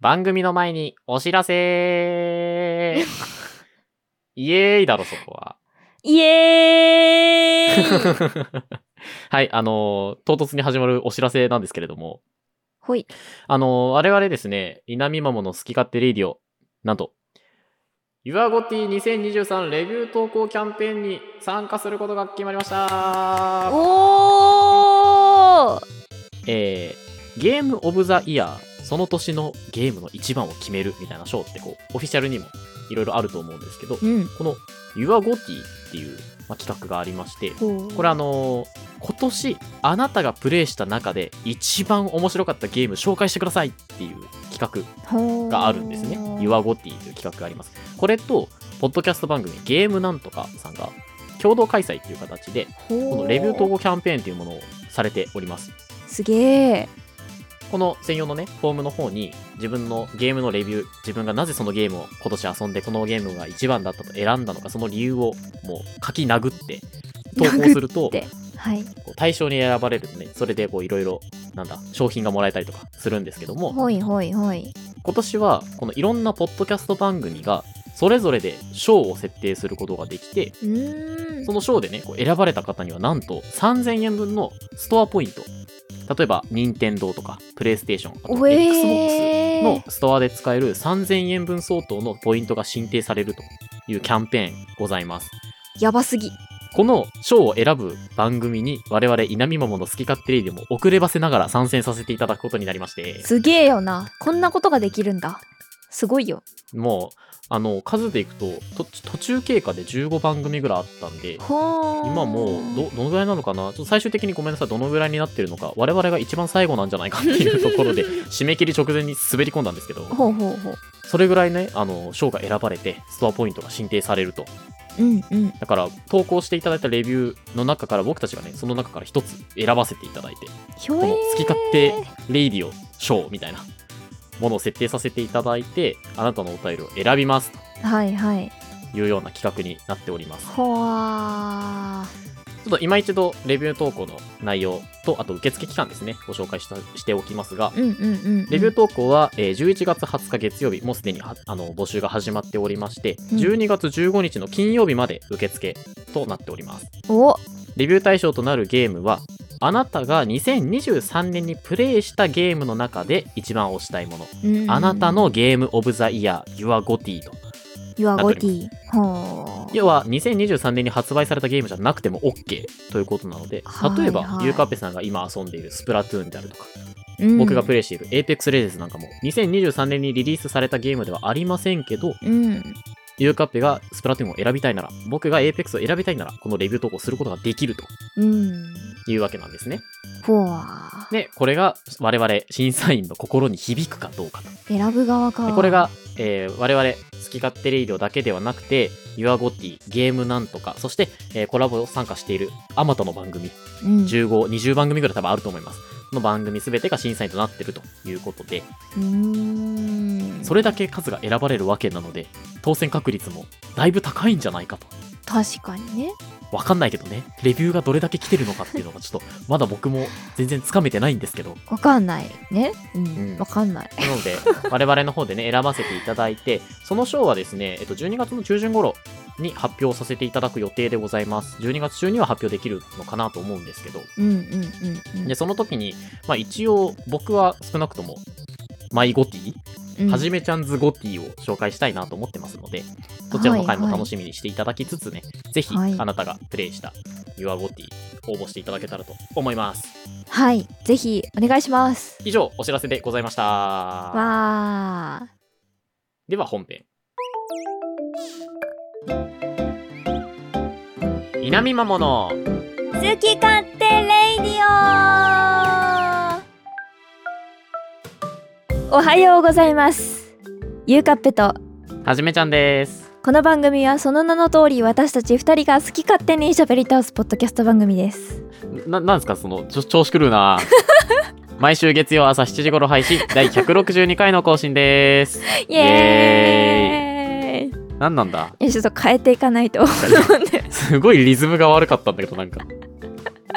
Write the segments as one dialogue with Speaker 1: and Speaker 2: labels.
Speaker 1: 番組の前にお知らせイエーイだろ、そこは。
Speaker 2: イエーイ
Speaker 1: はい、あのー唐突に始まるお知らせなんですけれども、
Speaker 2: ほい。
Speaker 1: あのー我々ですね、稲見マモの好き勝手レイディオ、なんと、ユアゴティ2023レビュー投稿キャンペーンに参加することが決まりました
Speaker 2: おー
Speaker 1: えーゲームオブザイヤー、その年のゲームの一番を決めるみたいな賞ってこう、オフィシャルにもいろいろあると思うんですけど、
Speaker 2: うん。
Speaker 1: この YourGoty っていう、まあ、企画がありまして、
Speaker 2: ほう
Speaker 1: これあのー今年あなたがプレイした中で一番面白かったゲーム紹介してくださいっていう企
Speaker 2: ほう
Speaker 1: 画があるんですね。YourGoty という企画があります。これと、ポッドキャスト番組ゲームなんとかさんが共同開催っていう形で、
Speaker 2: ほう
Speaker 1: このレビュー投稿キャンペーンというものをされております。
Speaker 2: すげえ。
Speaker 1: この専用のね、フォームの方に、自分のゲームのレビュー、自分がなぜそのゲームを今年遊んで、このゲームが一番だったと選んだのか、その理由をもう書き殴って、投稿すると、
Speaker 2: 殴ってはい。
Speaker 1: こう対象に選ばれるのね、それでこういろいろ、なんだ、商品がもらえたりとかするんですけども、
Speaker 2: ほいほいほい。
Speaker 1: 今年は、このいろんなポッドキャスト番組が、それぞれで賞を設定することができて、
Speaker 2: うーん。
Speaker 1: その賞でね、こう選ばれた方にはなんと3000円分のストアポイント。例えば、任天堂とか、プレイステーション、あと
Speaker 2: お
Speaker 1: Xbox
Speaker 2: えー
Speaker 1: のストアで使える3000円分相当のポイントが申請されるというキャンペーンございます。
Speaker 2: やばすぎ。
Speaker 1: この賞を選ぶ番組に我々稲見桃の好き勝手レイディも遅ればせながら参戦させていただくことになりまして、
Speaker 2: すげえよな。こんなことができるんだ。すごいよ。
Speaker 1: もう、あの、数でいくと、と途中経過で15番組ぐらいあったんで、
Speaker 2: ほー
Speaker 1: 今もうど、どのぐらいなのかなちょっと最終的にごめんなさい、どのぐらいになってるのか、我々が一番最後なんじゃないかっていうところで、 締め切り直前に滑り込んだんですけど、
Speaker 2: ほうほうほう。
Speaker 1: それぐらいね、あの、賞が選ばれて、ストアポイントが申請されると
Speaker 2: うんうん。
Speaker 1: だから投稿していただいたレビューの中から僕たちがねその中から一つ選ばせていただいて
Speaker 2: ひょ
Speaker 1: こ
Speaker 2: え
Speaker 1: の
Speaker 2: ー
Speaker 1: 好き勝手レイディオショーみたいなものを設定させていただいてあなたのお便りを選びます
Speaker 2: はいはい。
Speaker 1: というような企画になっておりますち
Speaker 2: ほわ
Speaker 1: ょっと今一度レビュー投稿の内容とあと受付期間ですねご紹介したしておきますが
Speaker 2: ー。うんうんうんうん。
Speaker 1: レビュー投稿は、えー11月20日月曜日、もうすでにはあの募集が始まっておりまして、
Speaker 2: うん
Speaker 1: 12月15日の金曜日まで受付となっております。
Speaker 2: お
Speaker 1: レビュー対象となるゲームは、あなたが2023年にプレイしたゲームの中で一番推したいもの。
Speaker 2: うん
Speaker 1: あなたのゲームオブザイヤー、Your Goty と。
Speaker 2: You are Gotti。ほー
Speaker 1: 要は、2023年に発売されたゲームじゃなくても OK ということなので
Speaker 2: はい、はい
Speaker 1: 例えば、ゆうかっぺさんが今遊んでいるスプラトゥーンであるとか、
Speaker 2: うん
Speaker 1: 僕がプレイしている Apex レジスなんかも、2023年にリリースされたゲームではありませんけど、
Speaker 2: うん。
Speaker 1: ゆうかっぺがスプラトゥーンを選びたいなら、僕が Apex を選びたいなら、このレビュー投稿することができると
Speaker 2: うん。
Speaker 1: いうわけなんですね。
Speaker 2: ほわ
Speaker 1: で、これが我々審査員の心に響くかどうかと。
Speaker 2: 選ぶ側か
Speaker 1: で。これが、えー我々好き勝手レイディオだけではなくて、ユアゴティ、ゲームなんとか、そして、えーコラボ参加しているあまたの番組、
Speaker 2: うん、
Speaker 1: 15、20番組ぐらい多分あると思います。の番組すべてが審査員となってるということで、
Speaker 2: うーん。
Speaker 1: それだけ数が選ばれるわけなので、当選確率もだいぶ高いんじゃないかと。
Speaker 2: 確かにね。
Speaker 1: わかんないけどね、レビューがどれだけ来てるのかっていうのがちょっと、まだ僕も全然つかめてないんですけど、
Speaker 2: わかんない。ね。う
Speaker 1: うん
Speaker 2: ん。わかんない。
Speaker 1: なので、 我々の方でね、選ばせていただいて、その賞はですね、えっと、12月の中旬頃に発表させていただく予定でございます。12月中には発表できるのかなと思うんですけど、
Speaker 2: うんうんうんうん。
Speaker 1: で、その時に、まあ一応、僕は少なくとも、マイゴティ、
Speaker 2: うん
Speaker 1: はじめちゃんずゴティを紹介したいなと思ってますので、そちらの回も楽しみにしていただきつつね、ぜひ、
Speaker 2: はい
Speaker 1: あなたがプレイした、ユアゴティ、応募していただけたらと思います。
Speaker 2: はい。ぜひ、お願いします。
Speaker 1: 以上、お知らせでございました。
Speaker 2: わー。
Speaker 1: では本編南マモの
Speaker 2: 好き勝手レイディオおはようございますゆうかっぺと
Speaker 1: はじめちゃんです
Speaker 2: この番組はその名の通り私たち二人が好き勝手に喋り倒すポッドキャスト番組です
Speaker 1: ななんですかそのちょ調子狂う な毎週月曜朝7時頃配信第162回の更新です
Speaker 2: イエーイ
Speaker 1: なんなんだ
Speaker 2: いやちょっと変えていかないと思うんで
Speaker 1: すごいリズムが悪かったんだけどなんか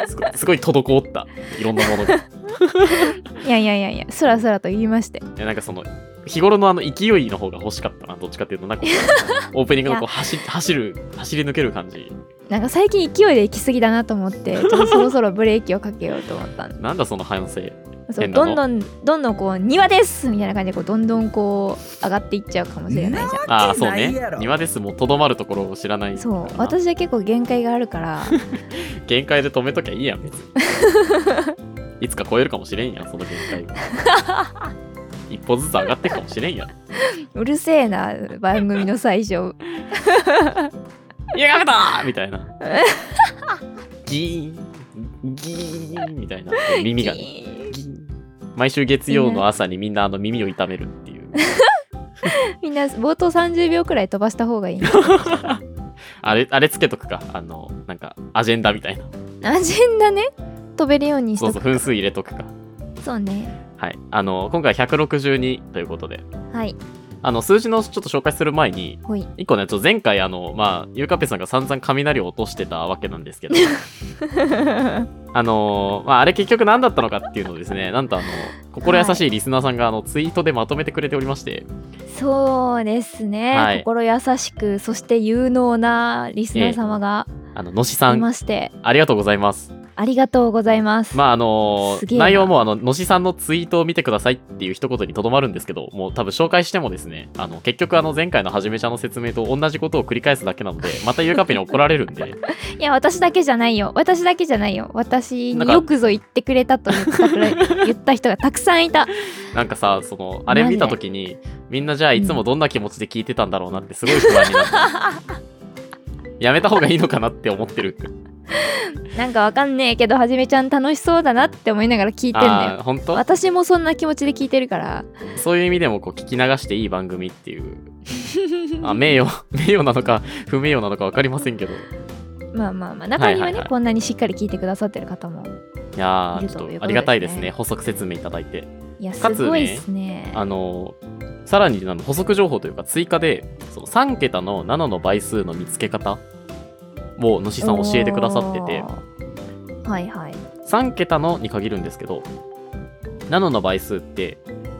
Speaker 1: すごいすごい滞ったいろんなものがい
Speaker 2: いやいやいやいやそらそらと言いまして
Speaker 1: やなんかその日頃のあの勢いの方が欲しかったな、どっちかっていうと、なんかこ うオープニングのこう走走る、走り抜ける感じ。
Speaker 2: なんか最近勢いで行き過ぎだなと 思ってちょっとそろそろブレーキをかけようと思ったんで
Speaker 1: なんだその反省。
Speaker 2: そう
Speaker 1: 変な
Speaker 2: ど
Speaker 1: の
Speaker 2: んどんどんどんこう庭ですみたいな感じでこうどんどんこう上がっていっちゃうかもしれない じゃん
Speaker 1: ああ、そう
Speaker 3: ない
Speaker 1: ね
Speaker 3: や。ろ
Speaker 1: 庭ですもうとどまるところを知らないから
Speaker 2: そ
Speaker 1: な。
Speaker 2: う私は結構限界があるから
Speaker 1: 限界で止めときゃいいやん、別に。いつか超えるかもしれんやん、その限界。一歩ずつ上がっていくかもしれんやん。
Speaker 2: うるせえな番組の最初
Speaker 1: いや、やめたみたいな。ギーン、ギーンみたいな。耳がね、ギーン毎週月曜の朝にみんなあの耳を痛めるっていう。
Speaker 2: みんな冒頭30秒くらい飛ばした方がいいな
Speaker 1: あれ、あれつけとくか。あの、なんか、アジェンダみたいな。
Speaker 2: アジェンダね飛べるようにし
Speaker 1: そう
Speaker 2: と
Speaker 1: そう、
Speaker 2: く
Speaker 1: 分数入れとくか。
Speaker 2: そうね
Speaker 1: はい。あの、今回162ということで。
Speaker 2: はい
Speaker 1: あの、数字のちょっと紹介する前に、
Speaker 2: ほい
Speaker 1: 一個ね、ちょっと前回、あの、まあ、ゆうかぺさんが散々雷を落としてたわけなんですけ ど、あのーまあ、あれ結局何だったのかっていうのをですね、なんとあの、心優しいリスナーさんが、あの、ツイートでまとめてくれておりまして、
Speaker 2: そうですね、
Speaker 1: はい
Speaker 2: 心優しくそして有能なリスナー様が
Speaker 1: あの、のしさ
Speaker 2: い
Speaker 1: ん、
Speaker 2: まして、
Speaker 1: ありがとうございます。
Speaker 2: ありがとうございます、
Speaker 1: まあ、あのー
Speaker 2: すげえな
Speaker 1: 内容も、あの、のしさんのツイートを見てくださいっていう一言にとどまるんですけど、もう多分紹介してもですね、あの、結局、あの、前回のはじめちゃんの説明と同じことを繰り返すだけなので、またゆうかぺに怒られるんで、
Speaker 2: いや私だけじゃないよ私だけじゃないよ私
Speaker 1: なん
Speaker 2: に
Speaker 1: か
Speaker 2: よくぞ言ってくれたと言っ たくらい言った人がたくさんいた
Speaker 1: なんかさそのあれ見た時にみんなじゃあいつもどんな気持ちで聞いてたんだろうなってすごい不安になって やめた方がいいのかなって思ってる
Speaker 2: なんかわかんねえけどはじめちゃん楽しそうだなって思いながら聞いてんだ
Speaker 1: あ
Speaker 2: よ
Speaker 1: あ本当
Speaker 2: 私もそんな気持ちで聞いてるから
Speaker 1: そういう意味でもこう聞き流していい番組って いうあ名誉名誉なのか不名誉なのか分かりませんけどい
Speaker 2: まあまあまあ中にはね、
Speaker 1: はいはいはい
Speaker 2: こんなにしっかり聞いてくださってる方も
Speaker 1: や
Speaker 2: い
Speaker 1: ー
Speaker 2: る
Speaker 1: ち
Speaker 2: と
Speaker 1: ょっ
Speaker 2: いうことですね
Speaker 1: とありがたいですね補足説明いただいて
Speaker 2: いやす
Speaker 1: かつね
Speaker 2: ごいですね
Speaker 1: あのさらにあの補足情報というか追加でその3桁の7の倍数の見つけ方を主さん教えてくださってて
Speaker 2: おーはいはい
Speaker 1: 3桁のに限るんですけど7の倍数って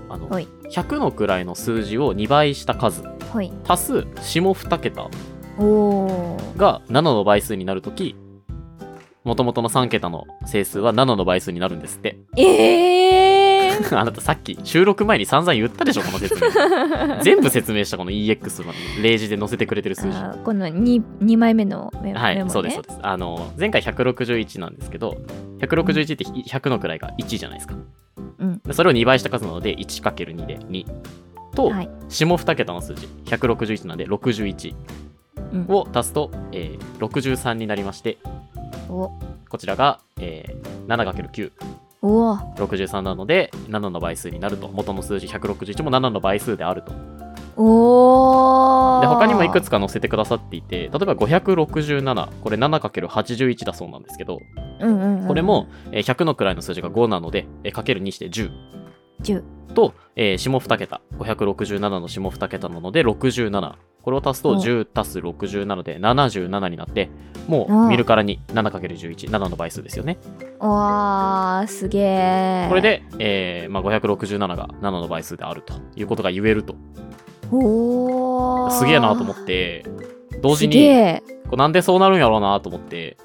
Speaker 1: あの
Speaker 2: はい
Speaker 1: 100の位の数字を2倍した数
Speaker 2: はい
Speaker 1: 足す下2桁
Speaker 2: おおー
Speaker 1: が7の倍数になるときもともとの3桁の整数は7の倍数になるんですって
Speaker 2: ええー、
Speaker 1: あなたさっき収録前に散々言ったでしょこの説 明全部説明したこの EX まで例示で載せてくれてる数字
Speaker 2: あーこの 2, 二枚目のメ,、
Speaker 1: はい、
Speaker 2: メモね
Speaker 1: そうですそうですあの前回161なんですけど161って100の位が1じゃないですか、
Speaker 2: うん
Speaker 1: でそれを2倍した数なので 1×2 で2と、
Speaker 2: はい
Speaker 1: 下2桁の数字161なので61
Speaker 2: うん
Speaker 1: を足すと、えー63になりまして
Speaker 2: お
Speaker 1: こちらが、えー、
Speaker 2: おー
Speaker 1: 7×963 なので7の倍数になると元の数字161も7の倍数であると
Speaker 2: おお
Speaker 1: で他にもいくつか載せてくださっていて例えば567これ 7×81 だそうなんですけど
Speaker 2: うんうんうん
Speaker 1: これも、えー100の位の数字が5なので、えーかける2して10
Speaker 2: 10
Speaker 1: と、えー下2桁567の下2桁なので67これを足すと
Speaker 2: うん
Speaker 1: 10足す67で77になっても
Speaker 2: う
Speaker 1: うん見るからに 7×117 の倍数ですよね
Speaker 2: わーすげえ
Speaker 1: これで、えーまあ、567が7の倍数であるということが言えると
Speaker 2: おー
Speaker 1: すげえなと思って同時
Speaker 2: すげ
Speaker 1: に
Speaker 2: え
Speaker 1: こうなんでそうなるんやろうなと思って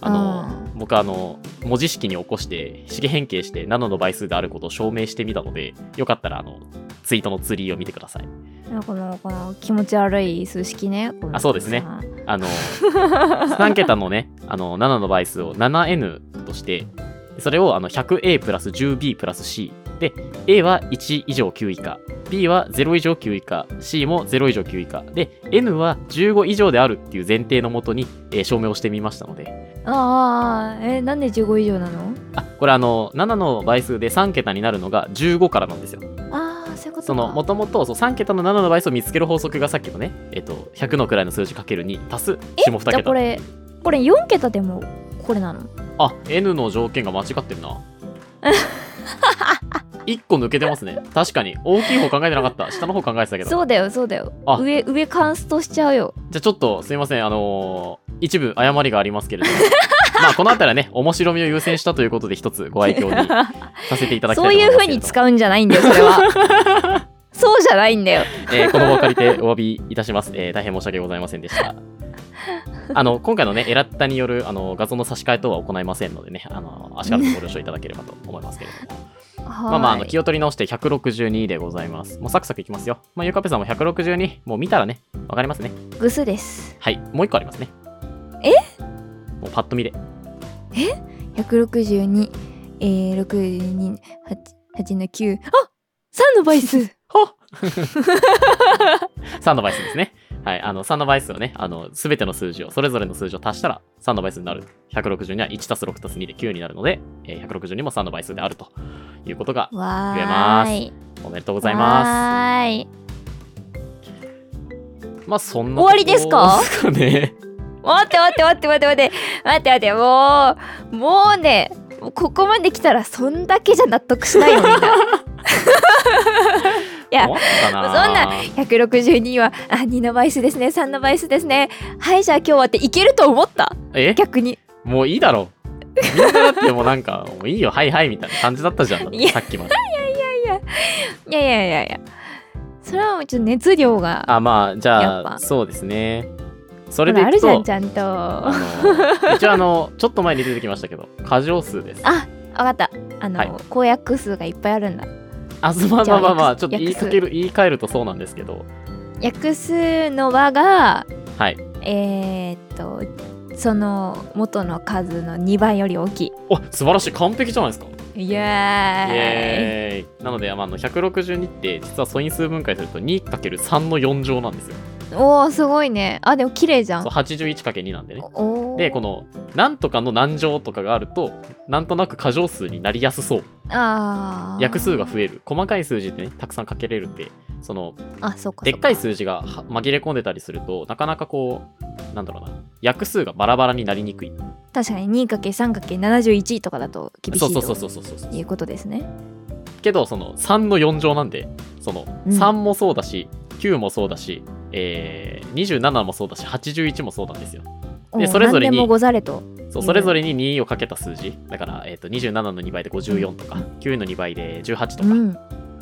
Speaker 1: あの僕あの文字式に起こして式変形して7の倍数であることを証明してみたのでよかったらあのツイートのツリーを見てください
Speaker 2: なんかこのこの気持ち悪い数式ねこの
Speaker 1: あそうですね
Speaker 2: さ
Speaker 1: あの3桁のねあの7の倍数を 7n としてそれをあの 100a プラス 10b プラス c で a は1以上9以下 b は0以上9以下 c も0以上9以下で n は15以上であるっていう前提のもとに、えー証明をしてみましたので
Speaker 2: あーえなんで15以上なの
Speaker 1: あこれあの7の倍数で3桁になるのが15からなんですよ
Speaker 2: あーそういうことか
Speaker 1: そのもともと3桁の7の倍数を見つける法則がさっきのね、えっと100の位の数字かける2足す
Speaker 2: え
Speaker 1: 下2
Speaker 2: じゃあ
Speaker 1: 桁
Speaker 2: これこれ4桁でもこれなの
Speaker 1: あ N の条件が間違ってるな 1個抜けてますね確かに大きい方考えてなかった下の方考えてたけどじゃ
Speaker 2: そうだよそうだよ
Speaker 1: あ
Speaker 2: 上上カンストしちゃうよ
Speaker 1: あちょっとすいませんあのー一部誤りがありますけれど もまあこの辺りはね面白みを優先したということで一つご愛嬌にさせていただきたいと
Speaker 2: そう
Speaker 1: 思い
Speaker 2: い
Speaker 1: ますけれ
Speaker 2: う
Speaker 1: ども
Speaker 2: 風に使うんじゃないんだよそれはそうじゃないんだよ。
Speaker 1: えーこの場を借りてお詫びいたします、えー大変申し訳ございませんでした。あの今回のね、エラッタによるあの画像の差し替え等は行いませんのでね、あの足からご了承いただければと思いますけれども。ま
Speaker 2: ま
Speaker 1: あまああの、気を取り直して162でございます。もうサクサクいきますよ。まあ、ゆうかぺさんも162、もう見たらね、わかりますね。
Speaker 2: グスです。
Speaker 1: はい、もう一個ありますね。
Speaker 2: え
Speaker 1: もうパッと見で。
Speaker 2: 162、えー、62、8、8の9。あ3の倍数
Speaker 1: は3の倍数ですね。はい、あの3の倍数をね、あの全ての数字を、それぞれの数字を足したら3の倍数になる。162は1たす6たす2で9になるので、えー162も3の倍数であるということが
Speaker 2: わ
Speaker 1: 増
Speaker 2: ーい。
Speaker 1: おめでとうございま
Speaker 2: わーい。
Speaker 1: す。まあそんな
Speaker 2: 終わりですか
Speaker 1: ところです かね。
Speaker 2: 待って待って待って待って待って待って待ってもうもうねここまで来たらそんだけじゃ納得しないよみんないや
Speaker 1: 終わったな。
Speaker 2: そんな162はあ2の倍数ですね3の倍数ですねはいじゃあ今日はっていけると思った
Speaker 1: え
Speaker 2: 逆に
Speaker 1: もういいだろう。みんなだってもうなんか、もういいよ、はいはいみたいな感じだったじゃん、だって
Speaker 2: いや
Speaker 1: さっきまで。
Speaker 2: いやいやいやいやそれはもうちょっと熱量が
Speaker 1: あ、まあ、じ
Speaker 2: やっ
Speaker 1: ゃあ、
Speaker 2: ぱ
Speaker 1: そうですね。そ
Speaker 2: ほ
Speaker 1: れでい
Speaker 2: らあ
Speaker 1: く
Speaker 2: るじゃん
Speaker 1: と
Speaker 2: ち、ゃんとわ
Speaker 1: あの一応あの、ちょっと前に出てきましたけど、過剰数です。
Speaker 2: あかったあの、
Speaker 1: はい
Speaker 2: 公約数がいっぱいあるんだ
Speaker 1: あ、そうまあ
Speaker 2: じゃ
Speaker 1: ま
Speaker 2: あ
Speaker 1: あまあまあ、
Speaker 2: 約
Speaker 1: ちょっと言いかける、言い換えるとそうなんですけど、
Speaker 2: 約数の和が
Speaker 1: はい。
Speaker 2: えー、っとその元の数の2倍より大きい
Speaker 1: お素晴らしい、完璧じゃないですか。
Speaker 2: イエ
Speaker 1: イ
Speaker 2: ーイ
Speaker 1: エーイ。なので、まあ、あの162って、実は素因数分解すると 2×3 の4乗なんですよ。
Speaker 2: おおすごいねあでも綺麗じゃん
Speaker 1: そう 81×2 なんでね。
Speaker 2: おー
Speaker 1: でこのなんとかの何乗とかがあるとなんとなく過剰数になりやすそう
Speaker 2: あー
Speaker 1: 約数が増える細かい数字ってねたくさんかけれるってその
Speaker 2: あそうか
Speaker 1: でっかい
Speaker 2: 字
Speaker 1: 数字がは紛れ込んでたりするとなかなかこうなんだろうな約数がバラバラになりにくい
Speaker 2: 確かに 2×3×71 とかだと厳しい
Speaker 1: そう
Speaker 2: と
Speaker 1: そうそうそうそうそうそう
Speaker 2: いうことですね
Speaker 1: けどその3の4乗なんでその
Speaker 2: うん
Speaker 1: 3もそうだし、9もそうだし、えー、27もそうだし81もそうなんですよ
Speaker 2: おー
Speaker 1: それぞれに
Speaker 2: 何でもござれと
Speaker 1: そう
Speaker 2: うん
Speaker 1: それぞれに2をかけた数字だから、えー、と27の2倍で54とか9の2倍で18とか、
Speaker 2: うん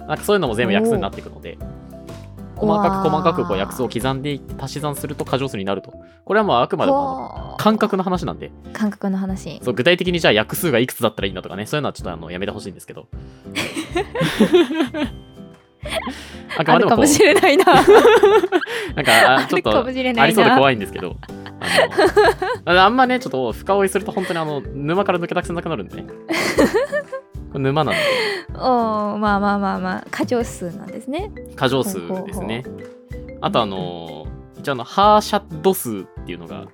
Speaker 1: なんかそういうのも全部約数になっていくので細か
Speaker 2: うわー
Speaker 1: く細かくこう約数を刻んでいって足し算すると過剰数になるとこれはもうあくまでもあの
Speaker 2: ほー
Speaker 1: 感覚の話なんで
Speaker 2: 感覚の話
Speaker 1: そう具体的にじゃあ約数がいくつだったらいいんだとかねそういうのはちょっとあのやめてほしいんです けどあく
Speaker 2: あ
Speaker 1: まで
Speaker 2: る
Speaker 1: も
Speaker 2: か
Speaker 1: こ
Speaker 2: もし
Speaker 1: う
Speaker 2: れないな
Speaker 1: なんかあ
Speaker 2: あ
Speaker 1: ちょっ
Speaker 2: るかも
Speaker 1: と
Speaker 2: しれ
Speaker 1: あ
Speaker 2: な
Speaker 1: り
Speaker 2: い
Speaker 1: そうで
Speaker 2: な
Speaker 1: 怖いんですけどあのあんまねちょっと深追いすると本当にあの沼から抜け出せなくなるんでねこれ沼なんで
Speaker 2: おーまあまあまあまあ過剰数なんですね
Speaker 1: 過剰数ですねあとあの一応あのハーシャッド数っていうのが
Speaker 2: は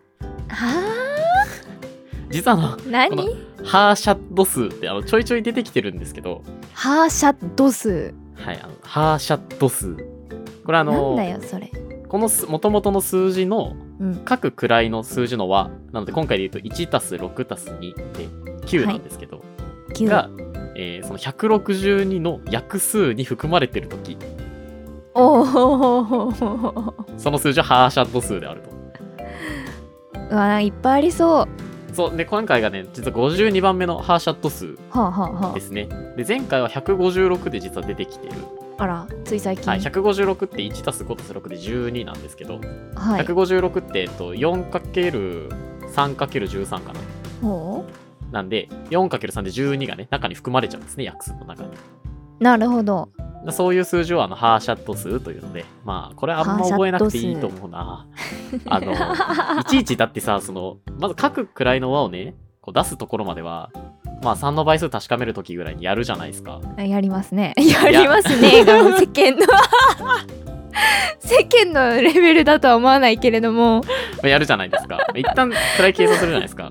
Speaker 1: 実はあの
Speaker 2: あ何
Speaker 1: こハーシャッド数ってあのちょいちょい出てきてるんですけど、
Speaker 2: ハーシャッド数
Speaker 1: はい、あのハーシャッド数。これあ
Speaker 2: なん
Speaker 1: の
Speaker 2: だよそれ
Speaker 1: このす元々の数字の
Speaker 2: うん
Speaker 1: 各位の数字の和なので今回で言うと1たす6たす2で9なんですけど、
Speaker 2: 9
Speaker 1: が、えーその162の約数に含まれてる時
Speaker 2: おお
Speaker 1: その数字はハーシャッド数であると。
Speaker 2: うわいっぱいありそうは
Speaker 1: そうで今回がね実は52番目のハーシャッド数
Speaker 2: あ、はあは
Speaker 1: ですね。で前回は156で実は出てきてる。
Speaker 2: あ、あらつい最近
Speaker 1: はい、156って1たす5たす6で12なんですけど、
Speaker 2: はい
Speaker 1: 156って、えっと、4×3×13 かな。
Speaker 2: ほ
Speaker 1: なんで、4×3 で12がね、中に含まれちゃうんですね、約数の中に。
Speaker 2: うなるほど
Speaker 1: だそういう数字をあのハーシャット数というので、まあ、これあんま覚えなくていいと思うな。あの、いちいちだってさ、その、まず各位の和をね、こう出すところまでは、まあ3の倍数確かめるときぐらいにやるじゃないですか。
Speaker 2: あやりますね やりますねがもう世間の 世間のレベルだとは思わないけれども
Speaker 1: まあやるじゃないですか。一旦位計算するじゃないですか。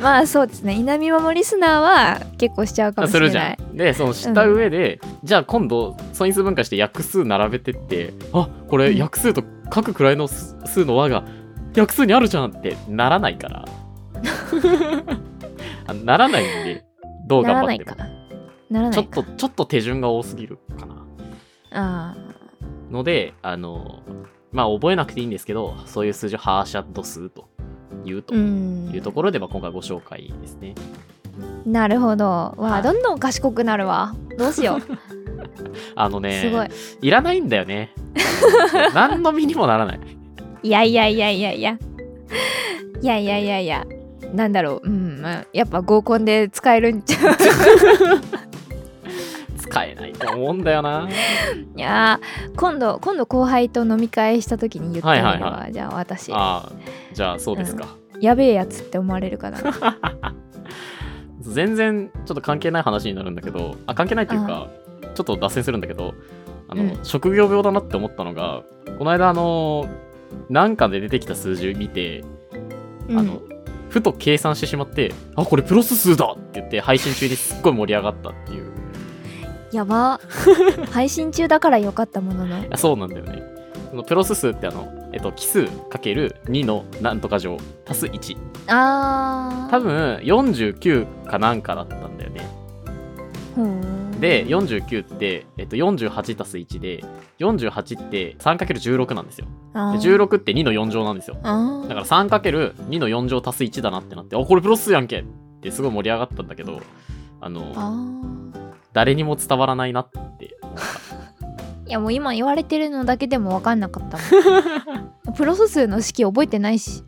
Speaker 2: まあそうですね稲見守リスナーは結構しちゃうかもし
Speaker 1: す
Speaker 2: れ
Speaker 1: るじ
Speaker 2: な
Speaker 1: ゃ
Speaker 2: い
Speaker 1: ん。でそのした上で、じゃあ今度素因数分解して約数並べてってあこ
Speaker 2: うん
Speaker 1: れ約数と各位の数数の和が約数にあるじゃんってならないから あならないんでどう
Speaker 2: なら
Speaker 1: 頑張
Speaker 2: な
Speaker 1: っ
Speaker 2: い
Speaker 1: て
Speaker 2: か
Speaker 1: も
Speaker 2: ならな
Speaker 1: ちょ
Speaker 2: い
Speaker 1: っ
Speaker 2: か
Speaker 1: とちょっと手順が多すぎるかな
Speaker 2: あ
Speaker 1: のであのまあ覚えなくていいんですけどそういう数字をハーシャッド数という
Speaker 2: ー
Speaker 1: と。
Speaker 2: うん
Speaker 1: いうところで、まあ、今回ご紹介ですね。
Speaker 2: なるほどわ
Speaker 1: は
Speaker 2: あ
Speaker 1: い
Speaker 2: どんどん賢くなるわどうしよう
Speaker 1: あのね
Speaker 2: すごい
Speaker 1: いらないんだよね 何の身にもならない
Speaker 2: いやいやいやいやいやいやいやいやいやなんだろううんまあやっぱ合コンで使えるんちゃう
Speaker 1: 使えないと思うんだよ ない
Speaker 2: やー今度今度後輩と飲み会した時に言ってみるわ、
Speaker 1: はいはいは
Speaker 2: じゃあ私
Speaker 1: ああじゃあそうですか、
Speaker 2: やべえやつって思われ るかな
Speaker 1: 全然ちょっと関係ない話になるんだけどあ関係ないっていうかちょっと脱線するんだけどあの、
Speaker 2: うん
Speaker 1: 職業病だなって思ったのがこの間あのなんかで出てきた数字見て、あのふと計算してしまってあこれプロス数だって言って配信中ですっごい盛り上がったっていう
Speaker 2: やば配信中だからよかったものの
Speaker 1: あそうなんだよねそのプロス数ってあのえっと奇数かける2のなんとか乗足す1
Speaker 2: あー
Speaker 1: 多分49かなんかだったんだよね
Speaker 2: ほー
Speaker 1: で49って、えっと、48足す1で48って 3×16 なんですよ
Speaker 2: あ
Speaker 1: で
Speaker 2: ー
Speaker 1: 16って2の4乗なんですよ
Speaker 2: あー
Speaker 1: だから 3×2 の4乗足す1だなってなってあこれプロスやんけってすごい盛り上がったんだけどあの
Speaker 2: あ
Speaker 1: 誰にも伝わらないなって
Speaker 2: ーいやもう今言われてるのだけでも分かんなかった もんプロセスの式覚えてないし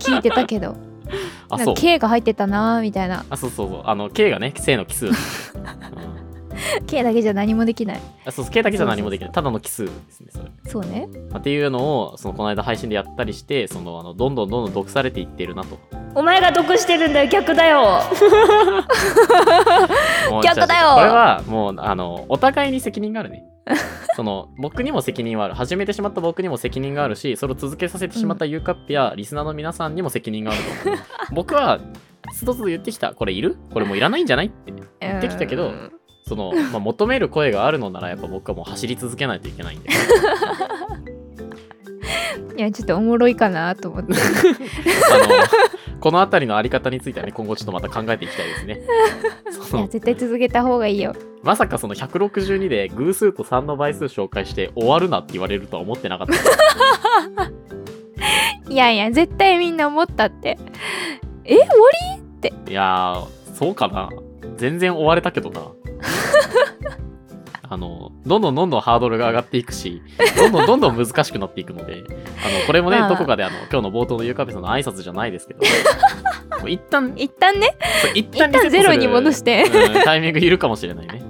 Speaker 2: 聞いてたけど
Speaker 1: あ
Speaker 2: なん
Speaker 1: そ
Speaker 2: か
Speaker 1: う
Speaker 2: K が入ってたなーみたいな
Speaker 1: あそうそうそうあの K がね正の奇数なんですよ、うん、
Speaker 2: K だけじゃ何もできない
Speaker 1: あそうそう K だけじゃ何もできないただの奇数ですねそれ
Speaker 2: そうね
Speaker 1: っていうのをそのこの間配信でやったりしてそのあのどんどんどんどん毒されていってるなと
Speaker 2: お前が毒してるんだよ逆だよ
Speaker 1: もう
Speaker 2: 逆だよ
Speaker 1: これはもうあのお互いに責任がある ねその僕にも責任はある始めてしまった僕にも責任があるしそれを続けさせてしまったユーカップやリスナーの皆さんにも責任があると 思う僕はつどつど言ってきたこれいるこれもういらないんじゃないって言ってきたけどその、まあ、求める声があるのならやっぱ僕はもう走り続けないといけ ないんで
Speaker 2: いやちょっとおもろいかなと思 って
Speaker 1: あのこの辺りのあり方についてはね今後ちょっとまた考えていきたいですねそ
Speaker 2: い
Speaker 1: の
Speaker 2: や絶対続けた方がいいよ
Speaker 1: まさかその162で偶数と3の倍数紹介して終わるなって言われるとは思ってなかった
Speaker 2: いやいや絶対みんな思ったってえ終わ
Speaker 1: いやーそうかな全然終われたけど なあのどんどんどんどんハードルが上がっていくしどんどんどんどん難しくなっていくのであのこれもね、
Speaker 2: まあ
Speaker 1: どこかであの今日の冒頭のゆうかべさんの挨拶じゃないです けどもう一旦
Speaker 2: り一旦ね
Speaker 1: そう一
Speaker 2: 一
Speaker 1: 旦
Speaker 2: 旦
Speaker 1: リセ
Speaker 2: ゼ
Speaker 1: ット
Speaker 2: ロ
Speaker 1: する
Speaker 2: に戻して
Speaker 1: うんタイミングいるかもしれないね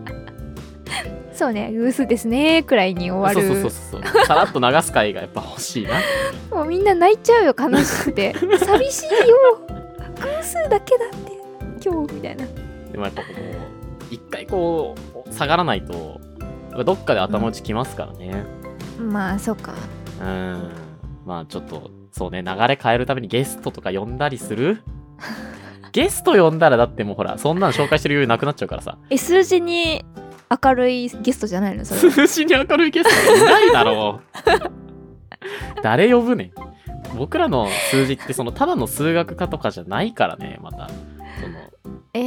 Speaker 2: そうね偶数ですねくらいに 終わ
Speaker 1: そう
Speaker 2: る
Speaker 1: そうそうそうそうさらっと流す回がやっぱ欲しいな
Speaker 2: もうみんな泣いちゃうよ悲し くて寂しいよ偶数だけだって今日みたいな
Speaker 1: でもやっぱこう、一回こう、下がらないと、どっかで頭打ちきますからね。
Speaker 2: まあそうか
Speaker 1: うん。まあちょっと、そうね、流れ変えるためにゲストとか呼んだりす るゲスト呼んだらだってもうほら、そんなん紹介してる余裕なくなっちゃうからさ。
Speaker 2: え数字に明るいゲストじゃないのそ れは
Speaker 1: 数字に明るいゲストいないだろ う。誰呼ぶねん。僕らの数字ってそのただの数学科とかじゃないからね、また。その
Speaker 2: え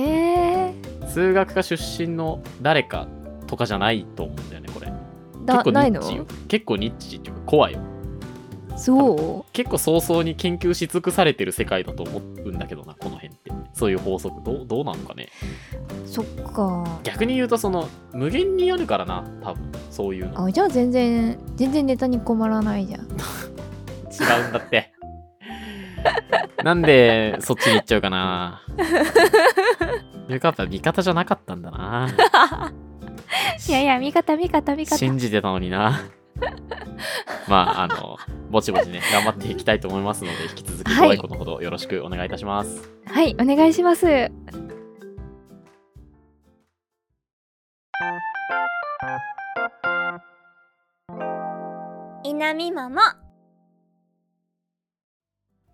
Speaker 2: え
Speaker 1: 数学科出身の誰かとかじゃないと思うんだよね、これ。
Speaker 2: ー、
Speaker 1: 結
Speaker 2: だ
Speaker 1: 構ニ
Speaker 2: ない
Speaker 1: ッチよ
Speaker 2: の
Speaker 1: 結構ニッチっていうか怖いよ
Speaker 2: そ
Speaker 1: 結構早々に研究し尽くされてる世界だと思うんだけどなこの辺ってそういう法則どうどうなのかね
Speaker 2: うそっか
Speaker 1: 逆に言うとその無限にあるからな多分そういうの
Speaker 2: あじゃあ全然全然ネタに困らないじゃん
Speaker 1: 違うんだって なんでそっちに行っちゃうか なよかった味方じゃなかったんだない
Speaker 2: やいや味方味方味方
Speaker 1: 信じてたのにな まああのぼちぼちね頑張っていきたいと思いますので引き続き
Speaker 2: はい
Speaker 1: ご愛顧のほどよろしくお願いいたします、
Speaker 2: はいお願いします
Speaker 3: いなみまも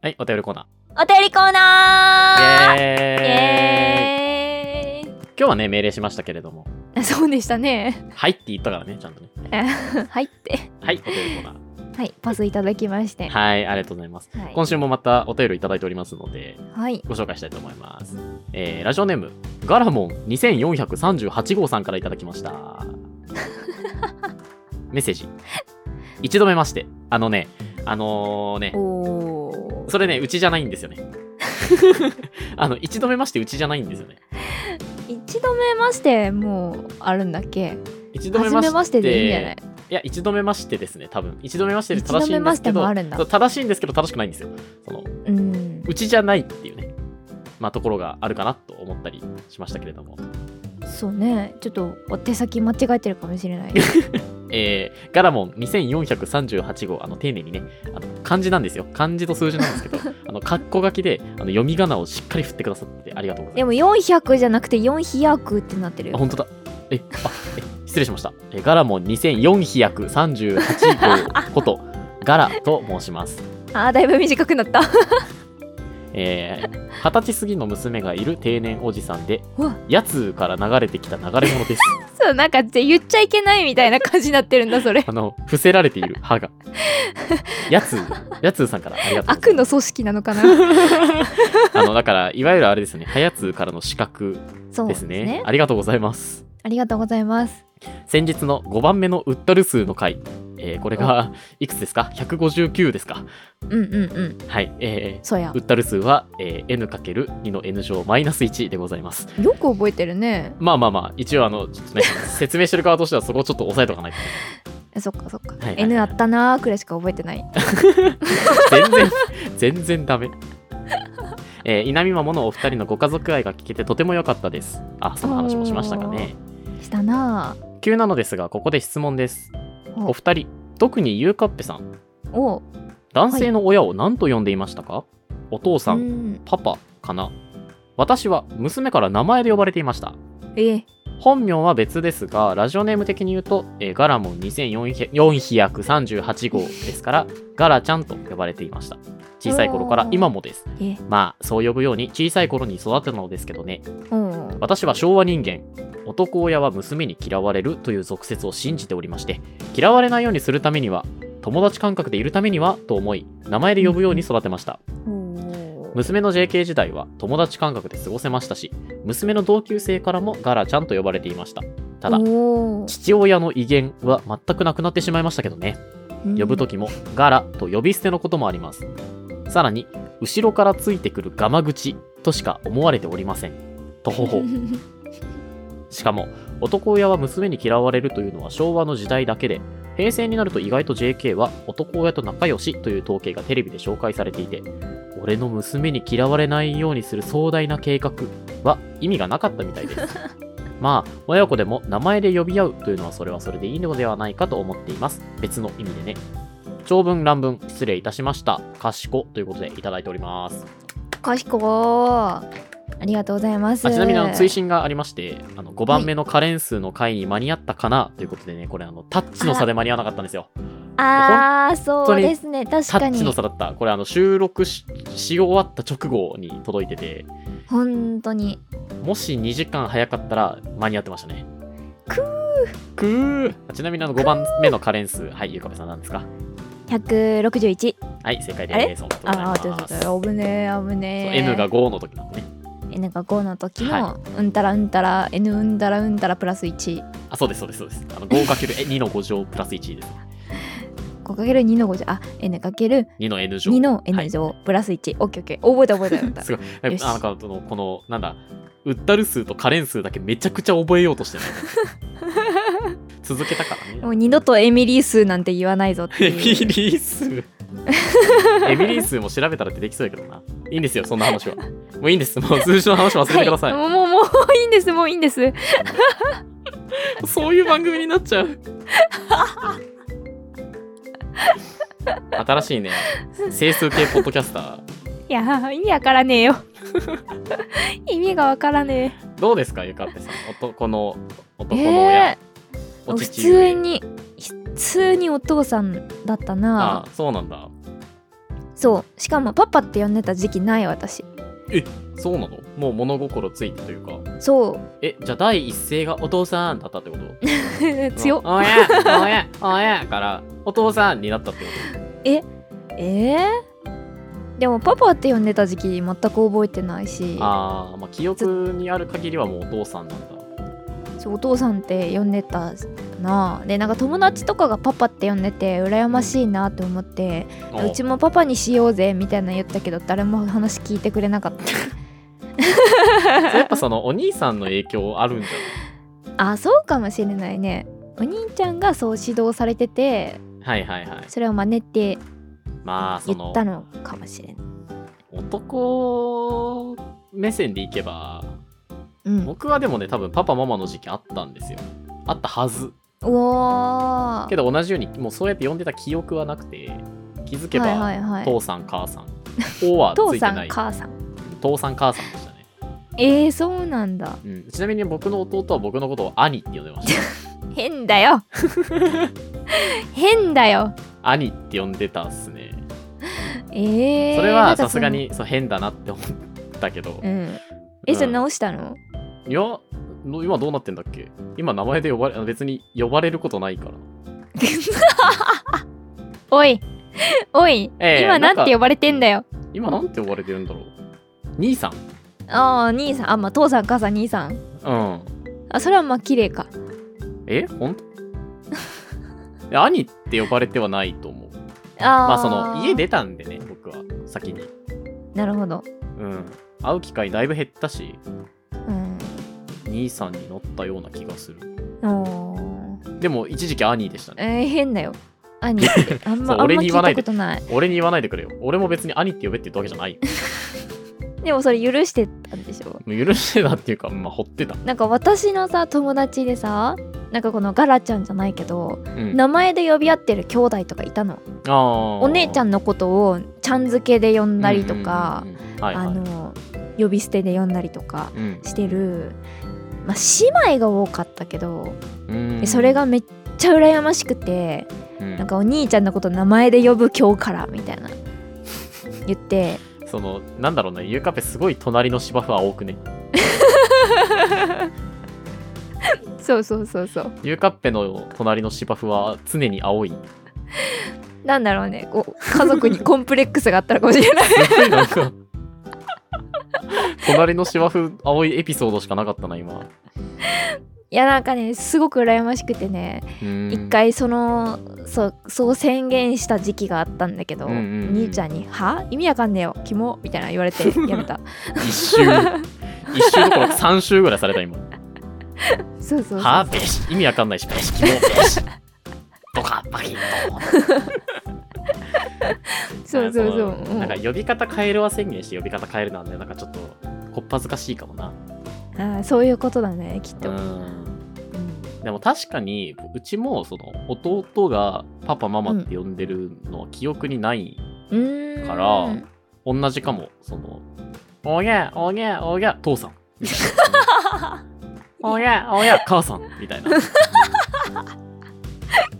Speaker 1: はい、お便りコーナ
Speaker 3: お便りコーナー
Speaker 1: ー。イエ
Speaker 3: イ
Speaker 1: ーイ
Speaker 3: エーイ
Speaker 1: 今日はね、命令しましたけれども、
Speaker 2: あ そうでしたね
Speaker 1: はいって言ったからね、ちゃんとね。
Speaker 2: はいって
Speaker 1: はい、お便り コーナ
Speaker 2: はいパスいただきまして
Speaker 1: ー。はい、ありがとうございます。
Speaker 2: はい
Speaker 1: 今週もまたお便りいただいておりますので、
Speaker 2: はい
Speaker 1: ご紹介したいと思います。えー、ラジオネーム、ガラモン2438号さんからいただきま した。メッセージ。一度目まして。あのね、あのーね、
Speaker 2: おー
Speaker 1: それね、うちじゃないんですよ ね。あの、一度目ましてうちじゃないんですよね。
Speaker 2: 一度目ましてもうあるんだっけ
Speaker 1: 一度目
Speaker 2: 初
Speaker 1: ま
Speaker 2: めまし
Speaker 1: して
Speaker 2: てでいいんじゃない
Speaker 1: いや一度目ましてですね多分一度目ましてで正しい
Speaker 2: 一度目
Speaker 1: んで
Speaker 2: ますし
Speaker 1: け
Speaker 2: て
Speaker 1: ど
Speaker 2: もあるんだ
Speaker 1: そう正しいんですけど正しくないんですよその
Speaker 2: うん
Speaker 1: うちじゃないっていうねまあところがあるかなと思ったりしましたけれども
Speaker 2: そうねちょっとお手先間違えてるかもしれ ない
Speaker 1: えーガラモン2438号あの丁寧にねあの漢字なんですよ漢字と数字なんです けどあの括弧書きであの読み仮名をしっかり振ってくださってありがとうござい
Speaker 2: で
Speaker 1: ま
Speaker 2: も400じゃなくて400ってなって
Speaker 1: す
Speaker 2: る
Speaker 1: あ
Speaker 2: よ
Speaker 1: 本当だえあえ失礼しましたえガラモン2438号ことガラと申します
Speaker 2: あーだいぶ短くなった
Speaker 1: えー二十歳過ぎの娘がいる定年おじさんで
Speaker 2: うわ
Speaker 1: やつから流れてきた流れ物 です
Speaker 2: そうなんかぜ言っちゃいけないみたいな感じになってるんだそれ
Speaker 1: あの伏せられている歯がやつやつさんからありがとうござい
Speaker 2: 悪
Speaker 1: ま
Speaker 2: の
Speaker 1: す
Speaker 2: 組織なのかな
Speaker 1: あのだからいわゆるあれですねはやつからの資格
Speaker 2: そう
Speaker 1: で
Speaker 2: ですす
Speaker 1: ね
Speaker 2: ね
Speaker 1: ありがとうございます
Speaker 2: ありがとうございます
Speaker 1: 先日の5番目のウッタル数の回、えーこれがいくつですか159ですか
Speaker 2: うんうんうん
Speaker 1: はいえー
Speaker 2: そうや
Speaker 1: ウッタル数は、えー n×2 の n 乗マイナス1でございます。
Speaker 2: よく覚えてるね
Speaker 1: まあまあまあ、一応あの、ちょっとね、説明してる側としてはそこをちょっと押さえとかないと。
Speaker 2: えそっかそっか、
Speaker 1: いはいはい
Speaker 2: N あったなーくらいしか覚えてない
Speaker 1: 全然全然ダメえー、稲見まものお二人のご家族愛が聞けてとても良かったですあその話もしましたかね
Speaker 2: したなー
Speaker 1: 急なのですがここで質問です
Speaker 2: お
Speaker 1: お二人特にゆうかっぺさん
Speaker 2: おう
Speaker 1: 男性の親を何と呼んでいましたか、お父さ
Speaker 2: うんん
Speaker 1: パパかな私は娘から名前で呼ばれていました
Speaker 2: え
Speaker 1: 本名は別ですがラジオネーム的に言うと、えーガラモン2438号ですからガラちゃんと呼ばれていました小さい頃から今もです
Speaker 2: え
Speaker 1: まあそう呼ぶように小さい頃に育ったのですけどね
Speaker 2: おう
Speaker 1: 私は昭和人間男親は娘に嫌われるという俗説を信じておりまして嫌われないようにするためには友達感覚でいるためにはと思い名前で呼ぶように育てました
Speaker 2: おう
Speaker 1: 娘の JK 時代は友達感覚で過ごせましたし娘の同級生からもガラちゃんと呼ばれていましたただ
Speaker 2: おう
Speaker 1: 父親の威厳は全くなくなってしまいましたけどね呼ぶ時も「ガラ」と呼び捨てのこともありますさらに後ろからついてくるガマ口としか思われておりませんとほほしかも男親は娘に嫌われるというのは昭和の時代だけで平成になると意外と JK は男親と仲良しという統計がテレビで紹介されていて俺の娘に嫌われないようにする壮大な計画は意味がなかったみたいですまあ親子でも名前で呼び合うというのはそれはそれでいいのではないかと思っています別の意味でね長文乱文失礼いたしました賢ということでいただいております
Speaker 2: かしこーありがとうございます
Speaker 1: あちなみにあの追伸がありましてあの5番目のカレン数の回に間に合ったかなということでねこれあのタッチの差で間に合わなかったんですよ
Speaker 2: あーそ
Speaker 1: 当
Speaker 2: う
Speaker 1: に
Speaker 2: ですね確
Speaker 1: タ
Speaker 2: か
Speaker 1: ッチの
Speaker 2: に
Speaker 1: 差だったこれあの収録しし終わった直後に届いてて
Speaker 2: 本当に
Speaker 1: もし2時間早かったら間に合ってましたねくーくーあちなみにあの5番目のカレン数はいゆうかべさんなんですか
Speaker 2: 161
Speaker 1: はい正解ですおめでとうござい
Speaker 2: あ
Speaker 1: ま
Speaker 2: あ
Speaker 1: す
Speaker 2: ちょっと危ねえ危
Speaker 1: そう
Speaker 2: ねえ
Speaker 1: N が5の時なんでね
Speaker 2: N が5の時の、
Speaker 1: は
Speaker 2: うんたらうんたら N うんたらうんたらプラス1
Speaker 1: あそうですそうですそうですあの 5×2 の5乗プラス1です
Speaker 2: 5×2 の5じゃあ N かける
Speaker 1: 2の N 乗
Speaker 2: 2の N
Speaker 1: はい
Speaker 2: 乗プラス1、オッケーオッケー覚えた覚えた覚 えた
Speaker 1: すごい。あなん
Speaker 2: よし
Speaker 1: かそのこのなんだウッダル数とカレン数だけめちゃくちゃ覚えようとしてない 続けたから
Speaker 2: もう
Speaker 1: ね。
Speaker 2: 二度とエミリー数なんて言わないぞって
Speaker 1: エ
Speaker 2: い
Speaker 1: ミ
Speaker 2: う
Speaker 1: リー 数エミリー数も調べたら出てきそうやけどな。いいんですよそんな話は。もういいんですもう数字の話忘れてください。
Speaker 2: はい、もうもうもういいんですもういいんです
Speaker 1: そういう番組になっちゃう。新しいね整数系ポッドキャスター
Speaker 2: いやー意味わからねえよ 意味がわからね
Speaker 1: どうですかゆかっぺさん男の
Speaker 2: え
Speaker 1: 男の親、
Speaker 2: えー、
Speaker 1: お
Speaker 2: 普
Speaker 1: 父上
Speaker 2: 通に普通にお父さんだったな
Speaker 1: ああそうなんだ
Speaker 2: そうしかもパパって呼んでた時期ない私
Speaker 1: そうなのもう物心ついてというか
Speaker 2: そう
Speaker 1: えじゃあ第一声がお父さんだったってこと
Speaker 2: 強っ
Speaker 1: おやおやおやからお父さんになったってこ
Speaker 2: えー、でもパパって呼んでた時期全く覚えてないし
Speaker 1: とああまあ記憶にある限りはもうお父さんなんだ
Speaker 2: そうお父さんって呼んでたなでなんか友達とかがパパって呼んでて羨ましいなと思ってうち
Speaker 1: も
Speaker 2: もパパにしようぜみたいなの言ったけど誰も話聞いてくれなかっ
Speaker 1: やっぱそのお兄さんの影響あるんじゃない
Speaker 2: たあそうかもしれないねお兄ちゃんがそう指導されてて
Speaker 1: はいはいはい
Speaker 2: それを真似て
Speaker 1: まあそ
Speaker 2: 言
Speaker 1: の
Speaker 2: ったのかもしれない、
Speaker 1: 男目線でいけば
Speaker 2: うん、
Speaker 1: 僕はでもね多分パパママの時期あったんですよあったはず
Speaker 2: おお
Speaker 1: けど同じようにもうそうやって呼んでた記憶はなくて気づけば、
Speaker 2: はいはいはい
Speaker 1: 父さん母さん「お」はつ
Speaker 2: 父
Speaker 1: いて
Speaker 2: さ
Speaker 1: なんい
Speaker 2: 母さん
Speaker 1: 父さん母さんでしたね、
Speaker 2: えー、そうなんだ
Speaker 1: うん、ちなみに僕の弟は僕のことを兄って呼んでま した
Speaker 2: 変だよ変だよ
Speaker 1: 兄って呼んでたっすね
Speaker 2: えー、
Speaker 1: それ
Speaker 2: な
Speaker 1: は
Speaker 2: んか
Speaker 1: さすがにそう変だなって思ったけど
Speaker 2: そのうんえじゃあ
Speaker 1: うん
Speaker 2: 直したの、
Speaker 1: いやの今どうなってんだっけ今名前で呼ばれあの別に呼ばれることないから
Speaker 2: おいおい、
Speaker 1: ええ
Speaker 2: 今
Speaker 1: な
Speaker 2: なん
Speaker 1: か
Speaker 2: んて呼ばれてんだよ
Speaker 1: 今なんて呼ばれてるんだろう兄さん
Speaker 2: ああ兄さんあまあ父さん母さん兄さん
Speaker 1: うん
Speaker 2: あそれはまあ綺麗か
Speaker 1: え ほんといや兄って呼ばれてはないと思う
Speaker 2: ああ
Speaker 1: まあその家出たんでね僕は先に
Speaker 2: なるほど
Speaker 1: うん会う機会だいぶ減ったし
Speaker 2: うん
Speaker 1: 兄さんになったような気がする
Speaker 2: おー
Speaker 1: でも一時期兄でしたね
Speaker 2: えー、変だよ 兄ってあんま
Speaker 1: そう
Speaker 2: あん
Speaker 1: 俺
Speaker 2: ま
Speaker 1: に
Speaker 2: 聞
Speaker 1: 言わない
Speaker 2: いた
Speaker 1: で
Speaker 2: ことない
Speaker 1: 俺に言わないでくれよ俺も別に兄って呼べって言ったわけじゃないよ
Speaker 2: でもそれ許してたんでしょ
Speaker 1: もう許してたっていうかまあほってた、
Speaker 2: なんか私のさ友達でさなんかこのガラちゃんじゃないけど、
Speaker 1: うん、
Speaker 2: 名前で呼び合ってる兄弟とかいたの
Speaker 1: お
Speaker 2: お姉ちゃんのことをちゃん付けで呼んだりとか、
Speaker 1: うんうんうんうんはいはい
Speaker 2: あの呼び捨てで呼んだりとか
Speaker 1: うん
Speaker 2: してる、まあ、姉妹が多かったけど、
Speaker 1: うん
Speaker 2: でそれがめっちゃ羨ましくて、
Speaker 1: うん
Speaker 2: なんかお兄ちゃんのこと名前で呼ぶ今日からみたいな言って
Speaker 1: そのなんだろうねゆうかぺすごい隣の芝生は多くね
Speaker 2: そうそうそうそう
Speaker 1: ゆうかっぺの隣の芝生は常に青い
Speaker 2: なんだろうねこう家族にコンプレックスがあったのかもしれ ない
Speaker 1: すごいなん か隣の芝生青いエピソードしかなかったな今
Speaker 2: いやなんかねすごく羨ましくてね一
Speaker 1: 一
Speaker 2: 回そのそうそう宣言した時期があったんだけど、
Speaker 1: うんうんうん
Speaker 2: 兄ちゃんに「は意味わかんねえよキモ」みたいな言 われてやめた
Speaker 1: 一周一周どころか3周ぐらいされた今
Speaker 2: そうそうそう
Speaker 1: はあペシ意味わかんないしペシキモペシドカッパキッと
Speaker 2: そうそうそう
Speaker 1: あの
Speaker 2: うん
Speaker 1: なんか呼び方変えるは宣言して呼び方変えるなんでなんかちょっとこっぱずかしいかもな
Speaker 2: あーそういうことだねきっ
Speaker 1: う
Speaker 2: と、
Speaker 1: んでも確かにうちもその弟がパパママって呼んでるのは記憶にない、
Speaker 2: うん、うーん
Speaker 1: から同じかもそのおげえおげえおげえ父さんみたい なおげえおげえ母さんみたいな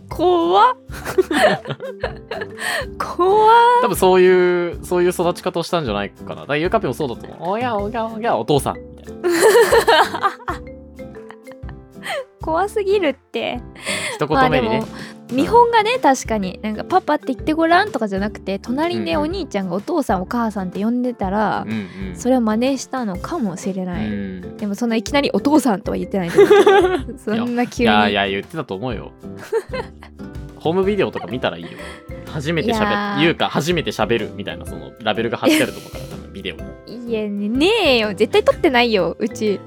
Speaker 2: 怖っ怖っ
Speaker 1: 多分そういう、そういう育ち方をしたんじゃないかな。だから、ゆうかぴもそうだと思 う。おやおやおや、お父さん。みたいな。
Speaker 2: 怖すぎるって
Speaker 1: 一言目にね。
Speaker 2: 見本がね確かになんかパパって言ってごらんとかじゃなくて隣
Speaker 1: う
Speaker 2: で
Speaker 1: ん
Speaker 2: お
Speaker 1: うん
Speaker 2: 兄ちゃんがお父さんお母さんって呼んでたら、
Speaker 1: うんうん。
Speaker 2: それを真似したのかもしれ
Speaker 1: う
Speaker 2: ない、
Speaker 1: ん。
Speaker 2: でもそんないきなりお父さんとは言ってないと思う けどそんない急に
Speaker 1: やいや、言ってたと思う よ。ホームビデオとか見たらいいよ。初めて
Speaker 2: いや
Speaker 1: 喋
Speaker 2: ー
Speaker 1: る。ゆうか、初めて喋るみたいな、その、ラベルが貼ってあるとこから、多分ビデオに。
Speaker 2: いやねねえよ絶対撮ってないようち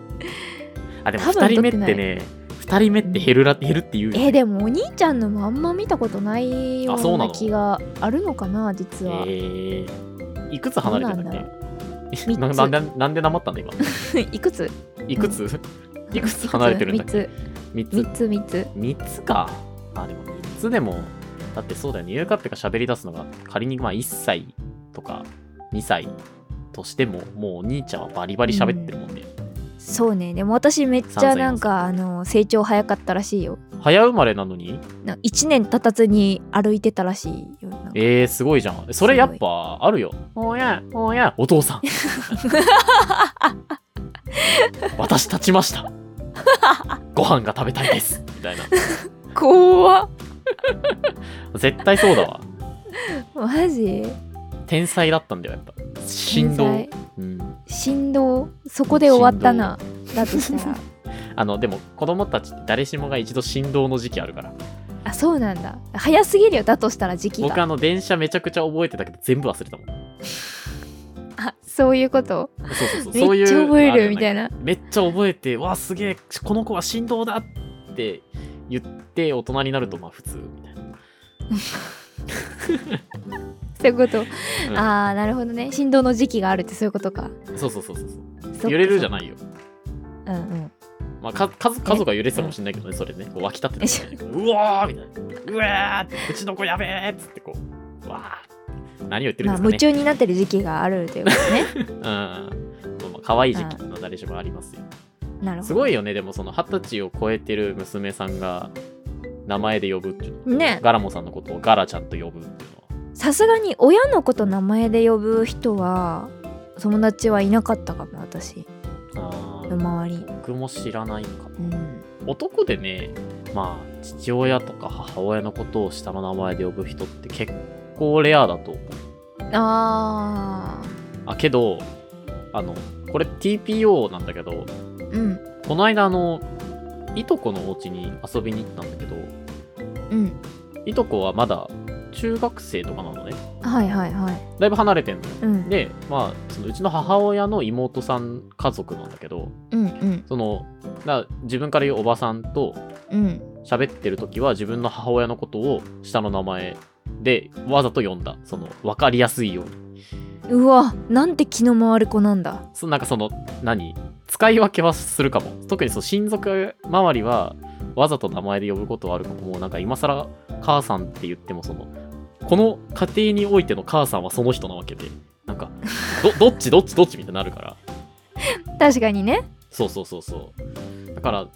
Speaker 1: あ、でも、
Speaker 2: 多
Speaker 1: 二人
Speaker 2: 分
Speaker 1: 目っ
Speaker 2: 撮って
Speaker 1: てね、二人目って減るら、減るって言うよ。
Speaker 2: えでもお兄ちゃんのもあんま見たことないよ
Speaker 1: あそう
Speaker 2: う
Speaker 1: な
Speaker 2: な
Speaker 1: の
Speaker 2: 気があるのかな実は、
Speaker 1: えーいくつ離れてんだっ
Speaker 2: どう
Speaker 1: けななんで、なんでなまったん だ、今。
Speaker 2: いくつ
Speaker 1: いくついくつ離れてるんだっけ三つ
Speaker 2: 3つ3つ
Speaker 1: 3つかあでも3つでもだってそうだよねゆうかっぺが喋り出すのが仮にまあ1歳とか2歳としてももうお兄ちゃんはバリバリ喋ってるもんね、
Speaker 2: そうねでも私めっちゃなんかあの成長早かったらしいよ
Speaker 1: 早生まれなのに
Speaker 2: なんか1年経たずに歩いてたらしいよなんか
Speaker 1: えー、すごいじゃんそれやっぱあるよおやおやお父さ ん私立ちましたご飯が食べたいですみたいな
Speaker 2: 怖っ
Speaker 1: 絶対そうだわ
Speaker 2: マジ
Speaker 1: 天才だったんだよやっぱ振動
Speaker 2: 天才、
Speaker 1: うん、
Speaker 2: 振動そこで終わった なだとしたら
Speaker 1: あのでも子供たちって誰しもが一度振動の時期あるから
Speaker 2: あそうなんだ早すぎるよだとしたら時期
Speaker 1: 僕
Speaker 2: が
Speaker 1: あの電車めちゃくちゃ覚えてたけど全部忘れたもん
Speaker 2: あそういうこと
Speaker 1: そうそうそうそうい
Speaker 2: め
Speaker 1: う
Speaker 2: っちゃ覚えるみた
Speaker 1: ない
Speaker 2: な
Speaker 1: めっちゃ覚えてわあすげえこの子は振動だって言って大人になるとまあ普通みたいな、
Speaker 2: そういうこと、
Speaker 1: うん
Speaker 2: ああなるほどね振動の時期があるってそういうことか
Speaker 1: そうそうそうそうそう
Speaker 2: そっか
Speaker 1: 揺れるじゃないよ、
Speaker 2: う んうん
Speaker 1: まあ、か数数が揺れてたかもしれないけどねそれねこう湧き立ってたかもしれないけどうわーみたいなうわーってうちの子やべえっつってこううわー何を言ってるんで
Speaker 2: まあ
Speaker 1: すか
Speaker 2: 夢
Speaker 1: ね、
Speaker 2: 中になってる時期があるということ ね
Speaker 1: うんまあまあ可愛い時期ってのは誰しもありますよ
Speaker 2: なるほ
Speaker 1: すごいよねでもその二十歳を超えてる娘さんが名前で呼ぶっていうの
Speaker 2: どね
Speaker 1: ガラモさんのことをガラちゃんと呼ぶっていうのは
Speaker 2: さすがに親の子と名前で呼ぶ人は友達はいなかったかも私
Speaker 1: あ
Speaker 2: の
Speaker 1: ー
Speaker 2: 周り
Speaker 1: 僕も知らないのかな
Speaker 2: うん
Speaker 1: 男でねまあ父親とか母親のことを下の名前で呼ぶ人って結構レアだと思う
Speaker 2: あ
Speaker 1: あけどあのこれ TPO なんだけど
Speaker 2: ーうん
Speaker 1: この間あのいとこのお家に遊びに行ったんだけど
Speaker 2: うん
Speaker 1: いとこはまだ中学生とかなのね
Speaker 2: はいはいはい
Speaker 1: だいぶ離れてんのよ
Speaker 2: うん
Speaker 1: でまあそのうちの母親の妹さん家族なんだけど
Speaker 2: うんうん
Speaker 1: そのだ自分から言うおばさんと
Speaker 2: うん
Speaker 1: 喋ってる時は自分の母親のことを下の名前でわざと呼んだその分かりやすいように
Speaker 2: うわなんて気の回る子なんだ
Speaker 1: そなんかその何使い分けはするかも特にその親族周りはわざと名前で呼ぶことはあるかももうなんか今更母さんって言ってもそのこの家庭においての母さんはその人なわけでなんかどどっちどっちどっちみたいになるから
Speaker 2: 確かにね
Speaker 1: そうそうそうそうだから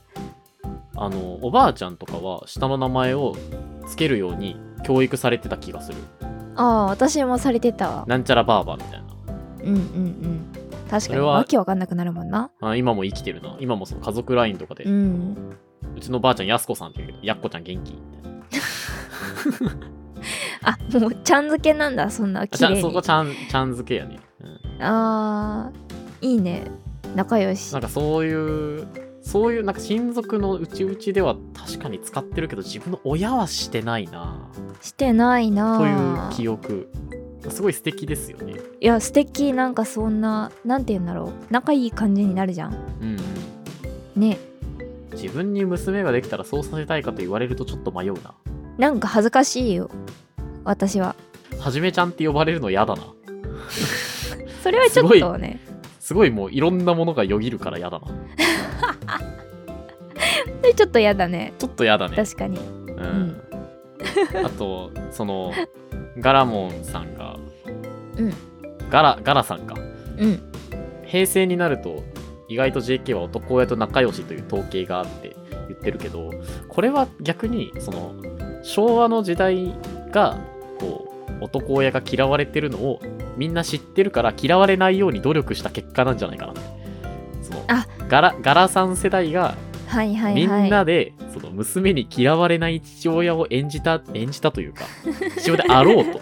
Speaker 1: あのおばあちゃんとかは下の名前をつけるように教育されてた気がする
Speaker 2: ああー私もされてたわ
Speaker 1: なんちゃらばあばみたいな
Speaker 2: うんうんうん確
Speaker 1: そ
Speaker 2: か
Speaker 1: れ
Speaker 2: に
Speaker 1: は
Speaker 2: わけわかんなくなるもんな
Speaker 1: あ今も生きてるな今もその家族ラインとかで、
Speaker 2: う
Speaker 1: うんちのばあちゃんやすこさんって言うけどやっこちゃん元気みたいな
Speaker 2: あもうちゃんづけなんだそんな
Speaker 1: あ
Speaker 2: 綺
Speaker 1: ちゃ
Speaker 2: 麗
Speaker 1: ん
Speaker 2: に
Speaker 1: そこちゃんちゃん付けやね、うん、
Speaker 2: あーいいね仲良し
Speaker 1: なんかそういうそういうなんか親族のうちうちでは確かに使ってるけど自分の親はしてないな
Speaker 2: してない
Speaker 1: とい
Speaker 2: な
Speaker 1: う記憶すごい素敵ですよね
Speaker 2: いや素敵なんかそんななんて言うんだろう仲いい感じになるじゃん
Speaker 1: うん、うん、
Speaker 2: ね
Speaker 1: 自分に娘ができたらそうさせたいかと言われるとちょっと迷うな
Speaker 2: なんか恥ずかしいよ私は
Speaker 1: はじめちゃんって呼ばれるの嫌だな
Speaker 2: それはちょっ
Speaker 1: す
Speaker 2: とね
Speaker 1: すごいもういろんなものがよぎるから嫌だな
Speaker 2: それちょっとやだね
Speaker 1: ちょっと嫌だね
Speaker 2: 確かに
Speaker 1: うん、 あとそのガラモンさんが、
Speaker 2: うん
Speaker 1: ガラガラさんか
Speaker 2: うん
Speaker 1: 平成になると意外と JK は男親と仲良しという統計があって言ってるけどこれは逆にその昭和の時代がこう男親が嫌われてるのをみんな知ってるから嫌われないように努力した結果なんじゃないかなってその
Speaker 2: あ
Speaker 1: ガラガラさん世代が
Speaker 2: はいはいはい
Speaker 1: みんなでその娘に嫌われない父親を演じた演じたというか父親であ ろうと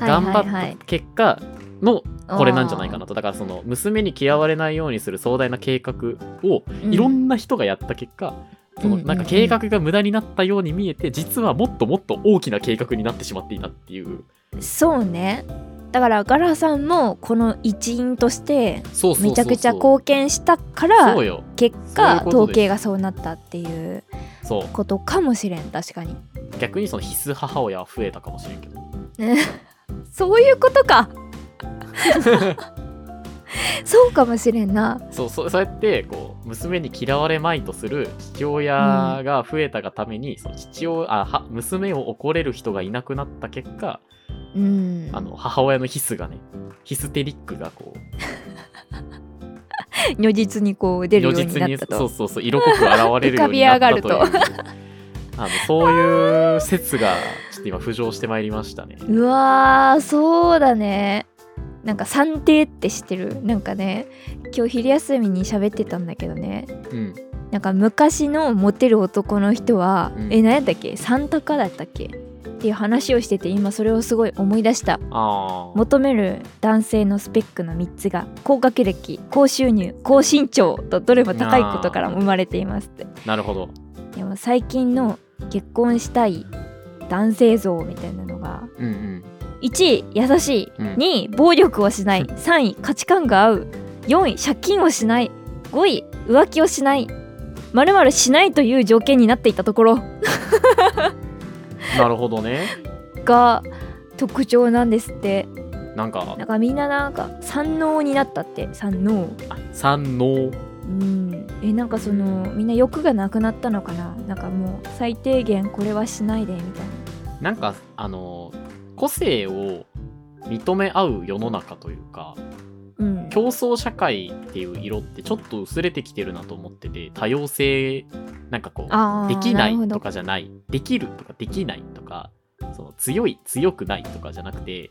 Speaker 1: 頑張った結果のこれなんじゃないかなとだからその娘に嫌われないようにする壮大な計画をいろんな人がやった結果、その
Speaker 2: うん
Speaker 1: なんか計画が無駄になったように見えて実はもっともっと大きな計画になってしまっていたっていう
Speaker 2: なそうねだからガラさんもこの一員として
Speaker 1: そうそうそうそう
Speaker 2: めちゃくちゃ貢献したから
Speaker 1: そうよ
Speaker 2: 結
Speaker 1: そういう
Speaker 2: 果
Speaker 1: ことです
Speaker 2: 統計がそうなったっていう
Speaker 1: そう
Speaker 2: ことかもしれん確かに
Speaker 1: 逆にその必須母親は増えたかもしれんけど
Speaker 2: そういうことか そうかもしれんな
Speaker 1: そうそうそうやってこう娘に嫌われまいとする父親が増えたがために、その父親あは娘を怒れる人がいなくなった結果
Speaker 2: うん
Speaker 1: あの母親のヒスがねヒステリックがこう
Speaker 2: 如実にこう出るように
Speaker 1: 如実
Speaker 2: なっ
Speaker 1: に
Speaker 2: た
Speaker 1: そ
Speaker 2: と
Speaker 1: うそうそう色濃く現れるようになったという
Speaker 2: 浮かび
Speaker 1: あのそういう説がちょっと今浮上してまいりましたね。
Speaker 2: うわーそうだねなんか算定って知ってるなんかね今日昼休みに喋ってたんだけどね
Speaker 1: うん、
Speaker 2: なんか昔のモテる男の人は、
Speaker 1: うん
Speaker 2: え何やったっけ三高だったっけっていう話をしてて今それをすごい思い出した
Speaker 1: ああ
Speaker 2: 求める男性のスペックの3つが高学歴高収入高身長とどれも高いことからも生まれていますって
Speaker 1: なるほど。
Speaker 2: でも最近の結婚したい男性像みたいなのが
Speaker 1: うんうん
Speaker 2: 1位優しい、
Speaker 1: うん
Speaker 2: 2位暴力をしない
Speaker 1: うん
Speaker 2: 3位価値観が合う4位借金をしない5位浮気をしない〇〇しないという条件になっていたところ
Speaker 1: なるほどね。
Speaker 2: が特徴なんですって
Speaker 1: なんか
Speaker 2: なんかみんななんか三能になったって三能
Speaker 1: 三能
Speaker 2: うんえなんかそのみんな欲がなくなったのかななんかもう最低限これはしないでみたいな
Speaker 1: なんかあの個性を認め合う世の中というか
Speaker 2: うん
Speaker 1: 競争社会っていう色ってちょっと薄れてきてるなと思ってて多様性なんかこう
Speaker 3: あー
Speaker 1: できな
Speaker 3: る
Speaker 1: い
Speaker 3: ほ
Speaker 1: と
Speaker 3: ど
Speaker 1: かじゃないできるとかできないとかその強い強くないとかじゃなくて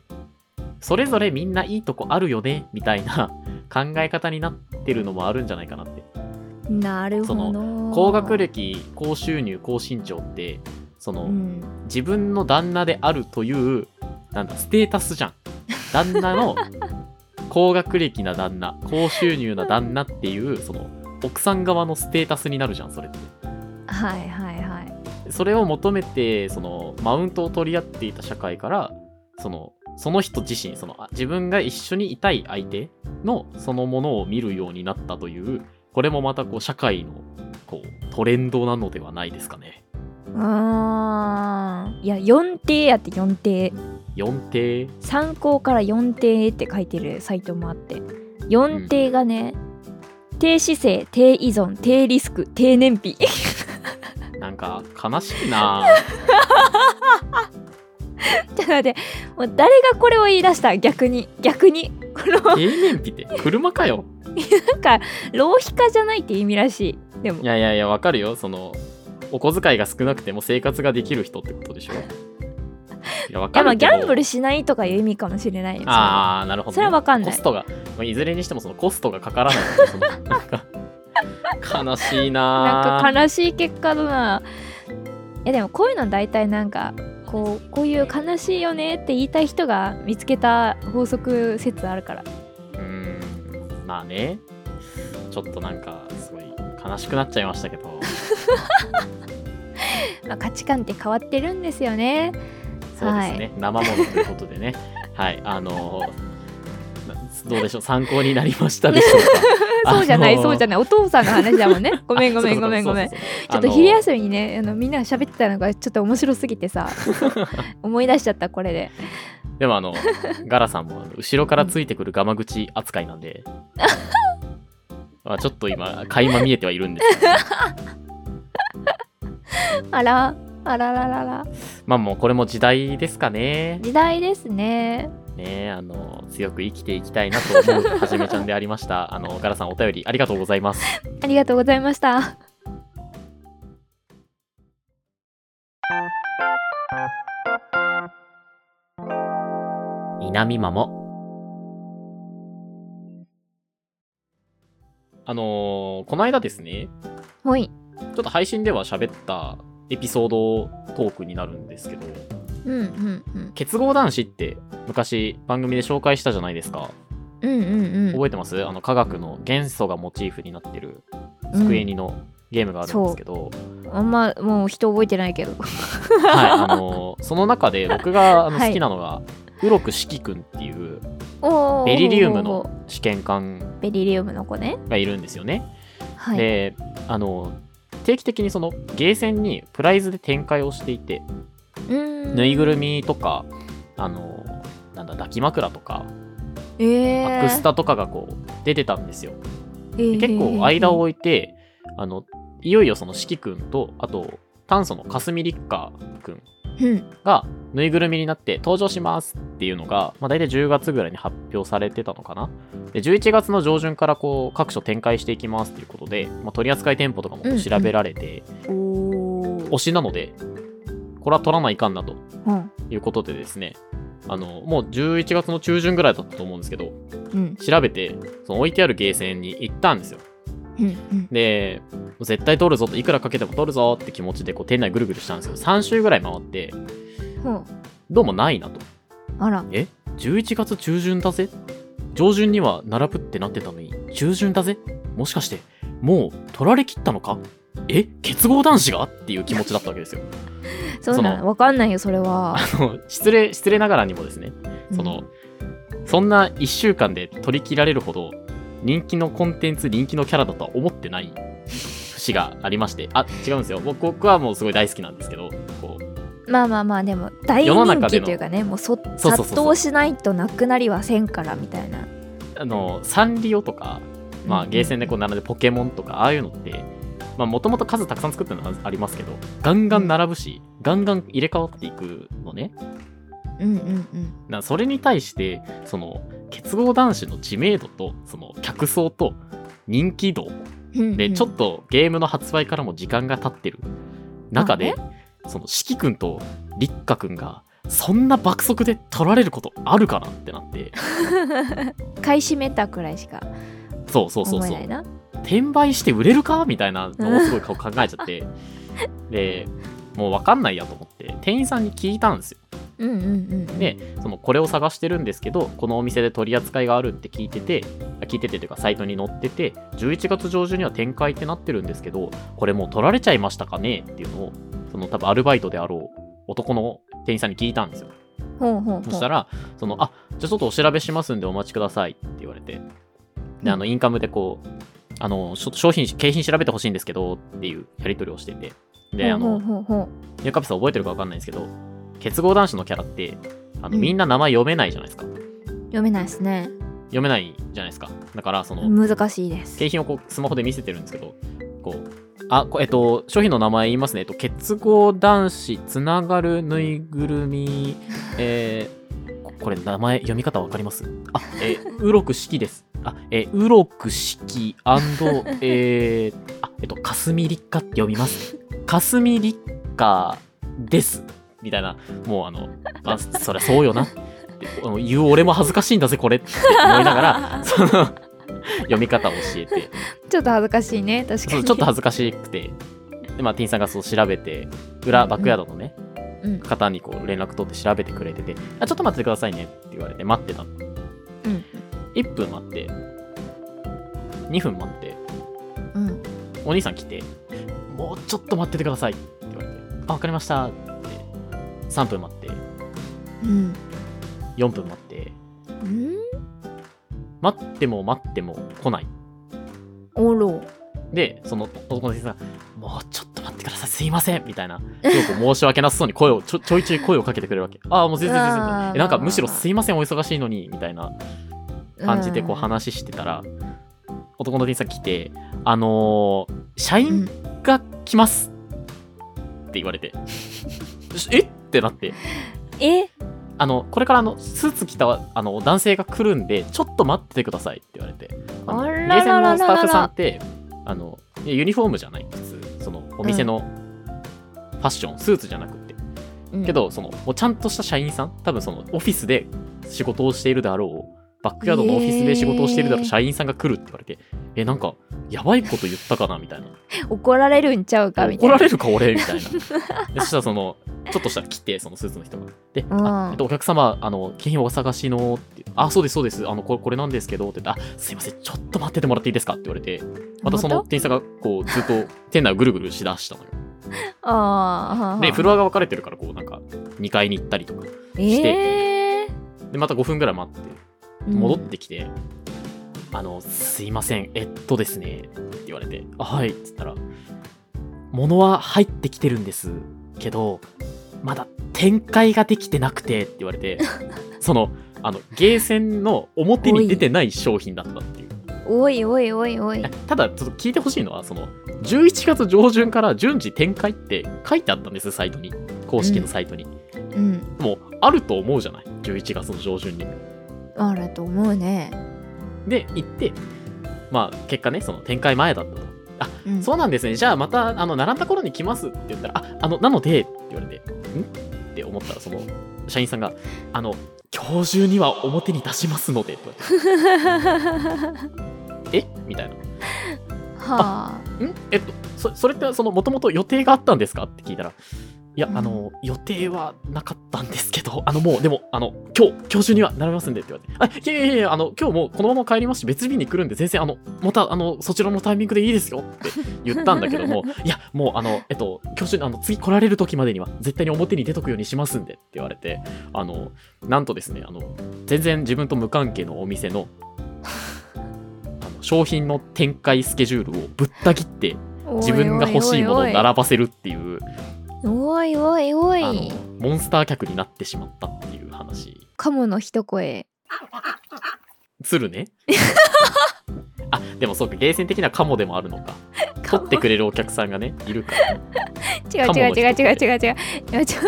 Speaker 1: それぞれみんないいとこあるよねみたいな 考え方になってるのもあるんじゃないかなって
Speaker 2: なるほ
Speaker 1: そ
Speaker 2: ど
Speaker 1: 高学歴高収入高身長ってその、
Speaker 2: うん
Speaker 1: 自分の旦那であるというなんだステータスじゃん旦那 の高学歴な旦那高収入な旦那っていうその奥さん側のステータスになるじゃんそれって
Speaker 2: はいはいはい
Speaker 1: それを求めてそのマウントを取り合っていた社会からそのその人自身そのあ自分が一緒にいたい相手のそのものを見るようになったというこれもまたこう社会のこうトレンドなのではないですかね
Speaker 2: あーいや4定やって4定
Speaker 1: 4定
Speaker 2: 参考から4定って書いてるサイトもあって4定がね、低姿勢低依存低リスク低燃費
Speaker 1: なんか悲しいなぁ
Speaker 2: ちょっと待ってもう誰がこれを言い出した逆に逆にこ の
Speaker 1: 経年費って車かよ
Speaker 2: 浪費家じゃないって意味らしいでも
Speaker 1: いやいやいやわかるよそのお小遣いが少なくても生活ができる人ってことでしょいやわ
Speaker 2: いや
Speaker 1: か
Speaker 2: まあ
Speaker 1: るけ
Speaker 2: ギ
Speaker 1: ど
Speaker 2: ャンブルしないとかいう意味かもしれないよ
Speaker 1: ああなるほどね、
Speaker 2: それはわかんない
Speaker 1: コストがまあいずれにしてもそのコストがかからないそのなんか 悲しい
Speaker 2: それ
Speaker 1: な
Speaker 2: は
Speaker 1: ぁ
Speaker 2: なんか悲しい結果だないやでもこういうの大体なんかこうこういう悲しいよねって言いたい人が見つけた法則説あるから
Speaker 1: うーんまあねちょっとなんかすごい悲しくなっちゃいましたけど
Speaker 2: まあ、価値観って変わってるんですよ ね。
Speaker 1: そうですね、生ものということで ねはいあのーどうでしょう参考になりましたでしょうか
Speaker 2: そうじゃない、
Speaker 1: あのー
Speaker 2: そうじゃない、お父さんの話だも んね。ごめん、ごめん、ごめん、ごめん。
Speaker 1: ち
Speaker 2: ちょっと昼休みにね、あのみんな喋ってたのがちょっと面白すぎ てさ、思い出しちゃった、これで。
Speaker 1: でもあのガラさんもあの後ろからついてくるガマ口扱いなん でまあちょっと今垣間見えてはいるんですけど
Speaker 2: あら、あらららら。
Speaker 1: まあもうこれも時代ですかね
Speaker 2: 時代ですね。
Speaker 1: ねえあの強く生きていきたいなと思うはじめちゃんでありま したあのガラさんお便りありがとうございます
Speaker 2: ありがとうございました。
Speaker 1: 南マもあのーこの間ですね
Speaker 3: ほい
Speaker 1: ちょっと配信では喋ったエピソードトークになるんですけど
Speaker 3: うんうんうん
Speaker 1: 結合男子って昔番組で紹介したじゃないですか
Speaker 3: うんうんうん
Speaker 1: 覚えてますあの科学の元素がモチーフになってるスクエニのゲームがあるんですけど、
Speaker 3: あんまもう人覚えてない けど
Speaker 1: はい、あのその中で僕があの
Speaker 3: はい
Speaker 1: 好きなのが、ウロクシキ君っていう
Speaker 3: おー
Speaker 1: ベリリウムの試験官
Speaker 3: ベリリウムの子ね
Speaker 1: がいるんですよね。
Speaker 3: はい
Speaker 1: であの定期的にそのゲーセンにプライズで展開をしていて
Speaker 3: うーん
Speaker 1: ぬいぐるみとかあのなんだ抱き枕とか
Speaker 3: え
Speaker 1: ア
Speaker 3: ー
Speaker 1: クスタとかがこう出てたんですよ。
Speaker 3: えー
Speaker 1: 結構間を置いて、あのいよいよその四季くんとあと炭素の霞立花くん
Speaker 3: うん
Speaker 1: がぬいぐるみになって登場しますっていうのが、まあ、大体10月ぐらいに発表されてたのかなで11月の上旬からこう各所展開していきますということで、まあ、取扱店舗とかも調べられて、
Speaker 3: おー
Speaker 1: 推しなのでこれは取らないかんなと
Speaker 3: うん
Speaker 1: いうことでですねあのもう11月の中旬ぐらいだったと思うんですけど
Speaker 3: うん
Speaker 1: 調べてその置いてあるゲーセンに行ったんですよ
Speaker 3: うんうん
Speaker 1: で絶対取るぞといくらかけても取るぞって気持ちでこう店内ぐるぐるしたんですけど3周ぐらい回って
Speaker 3: ほう
Speaker 1: どうもないなと
Speaker 3: あら
Speaker 1: え11月中旬だぜ上旬には並ぶってなってたのに中旬だぜもしかしてもう取られきったのかえ結合男子がっていう気持ちだったわけですよ
Speaker 3: そうな
Speaker 1: そ
Speaker 3: のわかんないよそれは
Speaker 1: 失礼失礼ながらにもですね その、そんな1週間で取り切られるほど人気のコンテンツ人気のキャラだとは思ってない不史がありましてあ違うんですよ僕僕はもうすごい大好きなんですけどこう
Speaker 2: まあまあまあでも大
Speaker 1: 世の
Speaker 2: 人
Speaker 1: 中で
Speaker 2: 気
Speaker 1: の
Speaker 2: というかねもうそ
Speaker 1: そうそう
Speaker 2: 殺到しないとなくなりはせんからみたいな
Speaker 1: あのサンリオとか、ま
Speaker 2: う
Speaker 1: あ、
Speaker 2: ん
Speaker 1: ゲーセンでこう並んでポケモンとかああいうのってもともと数たくさん作ってるのはありますけどガンガン並ぶしガンガン入れ替わっていくのね
Speaker 2: うんうんうん
Speaker 1: なそれに対してその結合男子の知名度とその客層と人気度
Speaker 2: うんうん
Speaker 1: でちょっとゲームの発売からも時間が経ってる中で、その四季くんと立花くんがそんな爆速で取られることあるかなってなって
Speaker 2: 買い占めたくらいしか
Speaker 1: そうそうそう
Speaker 2: 思え
Speaker 1: そ
Speaker 2: な
Speaker 1: う
Speaker 2: いな
Speaker 1: 転売して売れるかみたいなのをすごい考えちゃって でもう分かんないやと思って店員さんに聞いたんですよ
Speaker 2: うんうんうんうん
Speaker 1: でそのこれを探してるんですけどこのお店で取り扱いがあるって聞いててあ聞いててというかサイトに載ってて11月上旬には展開ってなってるんですけどこれもう取られちゃいましたかねっていうのをその多分アルバイトであろう男の店員さんに聞いたんですよ
Speaker 2: ほうほう
Speaker 1: そ
Speaker 2: ほ
Speaker 1: し
Speaker 2: う
Speaker 1: たらその「あじゃあちょっとお調べしますんでお待ちください」って言われてであのインカムでこうあのしょ商品景品調べてほしいんですけどっていうやり取りをしててであ
Speaker 2: ほ
Speaker 1: の
Speaker 2: うほうほうほ
Speaker 1: ゆかぴさん覚えてるか分かんないんですけど結合男子のキャラってあの
Speaker 2: うん
Speaker 1: みんな名前読めないじゃないですか、
Speaker 2: う読めないですね
Speaker 1: 読めないじゃないですかだからその
Speaker 2: 難しいです
Speaker 1: 景品をこうスマホで見せてるんですけどこうあこえっと商品の名前言いますね、えっと、結合男子つながるぬいぐる みえーここれ名前読み方わかりますあえー、うろく式ですあえー、うろく式えー、あえっとかすみ立花って読みますかすみ立花ですみたいなもうあのあそりゃそうよなってあの言う俺も恥ずかしいんだぜこれって思いながらその読み方を教え て
Speaker 2: ちょっと恥ずかしいね確か
Speaker 1: そう
Speaker 2: に
Speaker 1: ちょっと恥ずかしくてで、まあ、店員さんがそう調べて裏バックヤードのね、
Speaker 2: うん
Speaker 1: 方にこう連絡取って調べてくれてて「あちょっと待っててくださいね」って言われて待ってたの
Speaker 2: うん
Speaker 1: 1分待って2分待って
Speaker 2: うん
Speaker 1: お兄さん来て「もうちょっと待っててください」って言われて「あわかりました」って3分待って
Speaker 2: うん
Speaker 1: 4分待って
Speaker 2: うん
Speaker 1: 待っても待っても来ない
Speaker 2: おろ
Speaker 1: で、その男の先生が、もうちょっと待ってください、すいませんみたいな、すごく申し訳なさそうに声をちょちょいちょい声をかけてくれるわけ。ああ、もう全然全然
Speaker 2: あー
Speaker 1: えなんかむしろすいません、お忙しいのに、みたいな感じでこう話
Speaker 2: 話
Speaker 1: してたら、男の店員さん来て、あのー社員が来ますって言わ れて、えってなって、
Speaker 2: え
Speaker 1: あの、これからあのスーツ着たあの男性が来るんで、ちょっと待っててくださいって言われて、の
Speaker 2: あ
Speaker 1: ゲ
Speaker 2: らららら
Speaker 1: ー
Speaker 2: ら
Speaker 1: センのスタッフさんって、あの、いやユニフォームじゃない、普通、そのお店のファッション、スーツじゃなくって。けど、その、もうちゃんとした社員さん、多分そのオフィスで仕事をしているであろう、バックヤードのオフィスで仕事をしているだろう
Speaker 2: えー
Speaker 1: 社員さんが来るって言われて、え、なんか、やばいこと言ったかなみたいな。
Speaker 2: 怒られるんちゃうかみ
Speaker 1: 怒
Speaker 2: たいな
Speaker 1: られるか俺みたい なでそしたらそのちょっとしたら来てそのスーツの人がで、
Speaker 2: う
Speaker 1: あ
Speaker 2: ん
Speaker 1: えっと、お客様あの景品をお探しのってあそうですそうですあのこれこれなんですけどって言ってあすいませんちょっと待っててもらっていいですかって言われてまたその店員さんがこうずっと店内をぐるぐるしだしたのよ
Speaker 2: ああ
Speaker 1: でフロアが分かれてるからこうなんか2階に行ったりとかして
Speaker 2: え
Speaker 1: でまた5分ぐらい待って
Speaker 2: ー
Speaker 1: 戻ってきて、あの、すいません、えっとですね、って言われて、あはい、っつったら、物は入ってきてるんですけど、まだ展開ができてなくて、って言われて、その、あの、ゲーセンの表に出てない商品だったっていう。
Speaker 2: おいおいおいおい
Speaker 1: ただ、ちょっと聞いてほしいのは、その、11月上旬から順次展開って書いてあったんです、サイトに。公式のサイトに。
Speaker 2: うん
Speaker 1: もう、あると思うじゃない ?11 月の上旬に。
Speaker 2: あらと思うね
Speaker 1: で行ってまあ結果ねその展開前だったとあ、
Speaker 2: うん
Speaker 1: そうなんですねじゃあまたあの並んだ頃に来ますって言ったらああのなのでって言われてんって思ったらその社員さんがあの今日中には表に出しますのでって言われ てえみたいな
Speaker 2: はあ
Speaker 1: んえっとそそれってそのもともと予定があったんですかって聞いたらいや、
Speaker 2: うん
Speaker 1: あの予定はなかったんですけどあのもうでもあの今日今日中には並べますんでって言われてあいやいやいやあの今日もうこのまま帰りますし別日に来るんで全然あのまたあのそちらのタイミングでいいですよって言ったんだけ どもいやもうあのえっと今日中にあの次来られる時までには絶対に表に出とくようにしますんでって言われてあのなんとですねあの全然自分と無関係のお店のあの商品の展開スケジュールをぶった切って
Speaker 2: お
Speaker 1: 自分が欲しいものを並ばせるっていう
Speaker 4: おいおいお
Speaker 1: あ
Speaker 4: い
Speaker 1: のモンスター客になってしまったっていう話
Speaker 4: カモの一声
Speaker 1: 鶴ねあでもそうかゲーセン的なカモでもあるのか
Speaker 2: カ
Speaker 1: 取
Speaker 2: モ
Speaker 1: ってくれるお客さんがねいるから
Speaker 2: 違う
Speaker 1: カモ
Speaker 2: 違
Speaker 1: の
Speaker 2: う
Speaker 1: 人
Speaker 2: 違う違う違う違ういやちょ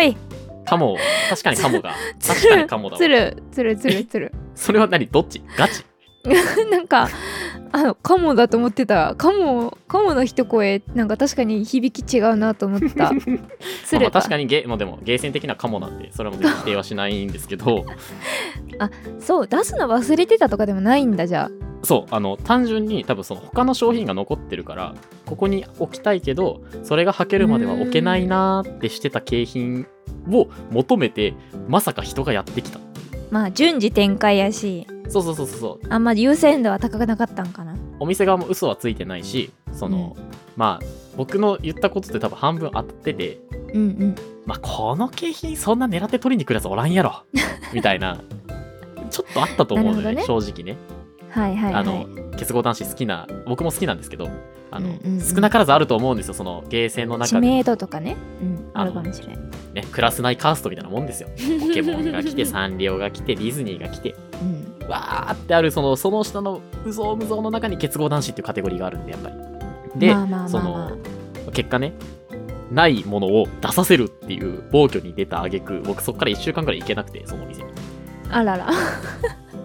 Speaker 2: い
Speaker 1: カモ確かにカモが
Speaker 2: 鶴
Speaker 1: 確かにカモだわ
Speaker 2: つるつるつるつる
Speaker 1: それは何どっちガチ
Speaker 2: なんかあのカモだと思ってたカモカモの一声なんか確かに響き違うなと思って
Speaker 1: ま
Speaker 2: たつ
Speaker 1: あまあ
Speaker 2: る
Speaker 1: 確かにゲー、まあ、でもゲーセン的なカモなんでそれはもう全然否定はしないんですけど
Speaker 2: そう出すの忘れてたとかでもないんだじゃ
Speaker 1: そうあの単純に多分その他の商品が残ってるからここに置きたいけどそれが履けるまでは置けないなーってしてた景品を求めてまさか人がやってきた
Speaker 2: あまあ順次展開やし
Speaker 1: そうそうそうそうそう
Speaker 2: あんまり優先度は高くなかったんかな
Speaker 1: お店側も嘘はついてないしその、まあ僕の言ったことって多分半分当たってて
Speaker 2: うんうん
Speaker 1: まあこの景品そんな狙って取りに来るやつおらんやろみたいなちょっとあったと思うの
Speaker 2: な
Speaker 1: よね
Speaker 2: るほ
Speaker 1: 正直ね
Speaker 2: はいはい、はい、
Speaker 1: あの結合男子好きな僕も好きなんですけどあの、
Speaker 2: うんうんうん
Speaker 1: 少なからずあると思うんですよそのゲーセンの
Speaker 2: 知
Speaker 1: 中で、ね、
Speaker 2: 名度とかね、うん、
Speaker 1: あ
Speaker 2: あ
Speaker 1: の
Speaker 2: るかもしれん
Speaker 1: クラス内カーストみたいなもんですよポケモンが 来てサンリオが来てディズニーが来て
Speaker 2: うん
Speaker 1: わーってあるそのその下の無造無造の中に結合男子っていうカテゴリーがあるんでやっぱりで、
Speaker 2: まあまあまあまあ
Speaker 1: その結果ねないものを出させるっていう暴挙に出た挙句僕そこから1週間ぐらい行けなくてそのお店に
Speaker 2: あらら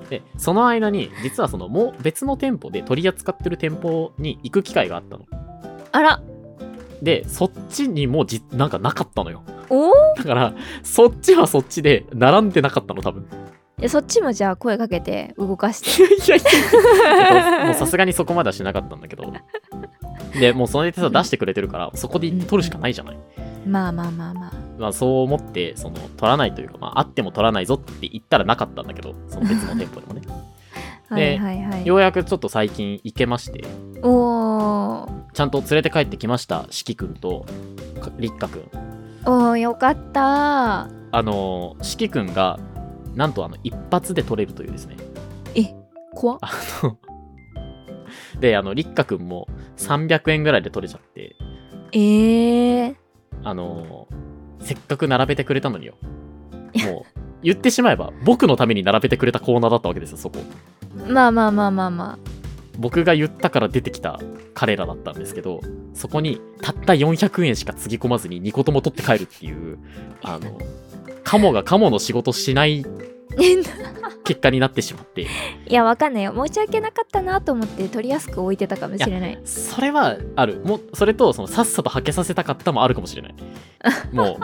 Speaker 1: でその間に実はそのもう別の店舗で取り扱ってる店舗に行く機会が あったの
Speaker 2: あら
Speaker 1: でそっちにもじなんかなかったのよ
Speaker 2: おお
Speaker 1: だからそっちはそっちで並んでなかったの多分
Speaker 2: そっちもじゃあ声かけて動かして
Speaker 1: いやいや もうさすがにそこまではしなかったんだけどでもうそれでさ出してくれてるからそこで取るしかないじゃない
Speaker 2: まあまあまあまあ
Speaker 1: まあ、そう思ってその取らないというか、まあ、あっても取らないぞって言ったらなかったんだけどその別の店舗でもね
Speaker 2: は
Speaker 1: で
Speaker 2: いはいはい
Speaker 1: ようやくちょっと最近行けまして
Speaker 2: おおー
Speaker 1: ちゃんと連れて帰ってきました四季くんとかりっかくん
Speaker 2: おーよかった
Speaker 1: あのー四季くんがなんとあの一発で取れるというですね
Speaker 2: 怖っ
Speaker 1: あのであのりっかくんも300円ぐらいで取れちゃって
Speaker 2: ええ
Speaker 1: あのーせっかく並べてくれたのによもう言ってしまえば僕のために並べてくれたコーナーだったわけですよそこ
Speaker 2: まあまあまあまあま
Speaker 1: 僕が言ったから出てきた彼らだったんですけどそこにたった400円しかつぎ込まずに2個とも取って帰るっていうあのカモがカモの仕事しない
Speaker 2: あ
Speaker 1: 結果になってしまって
Speaker 2: いやわかんないよ申し訳なかったなと思って取りやすく置いてたかもしれない
Speaker 1: それはあるもうそれとそのさっさとはけさせたかったもあるかもしれないも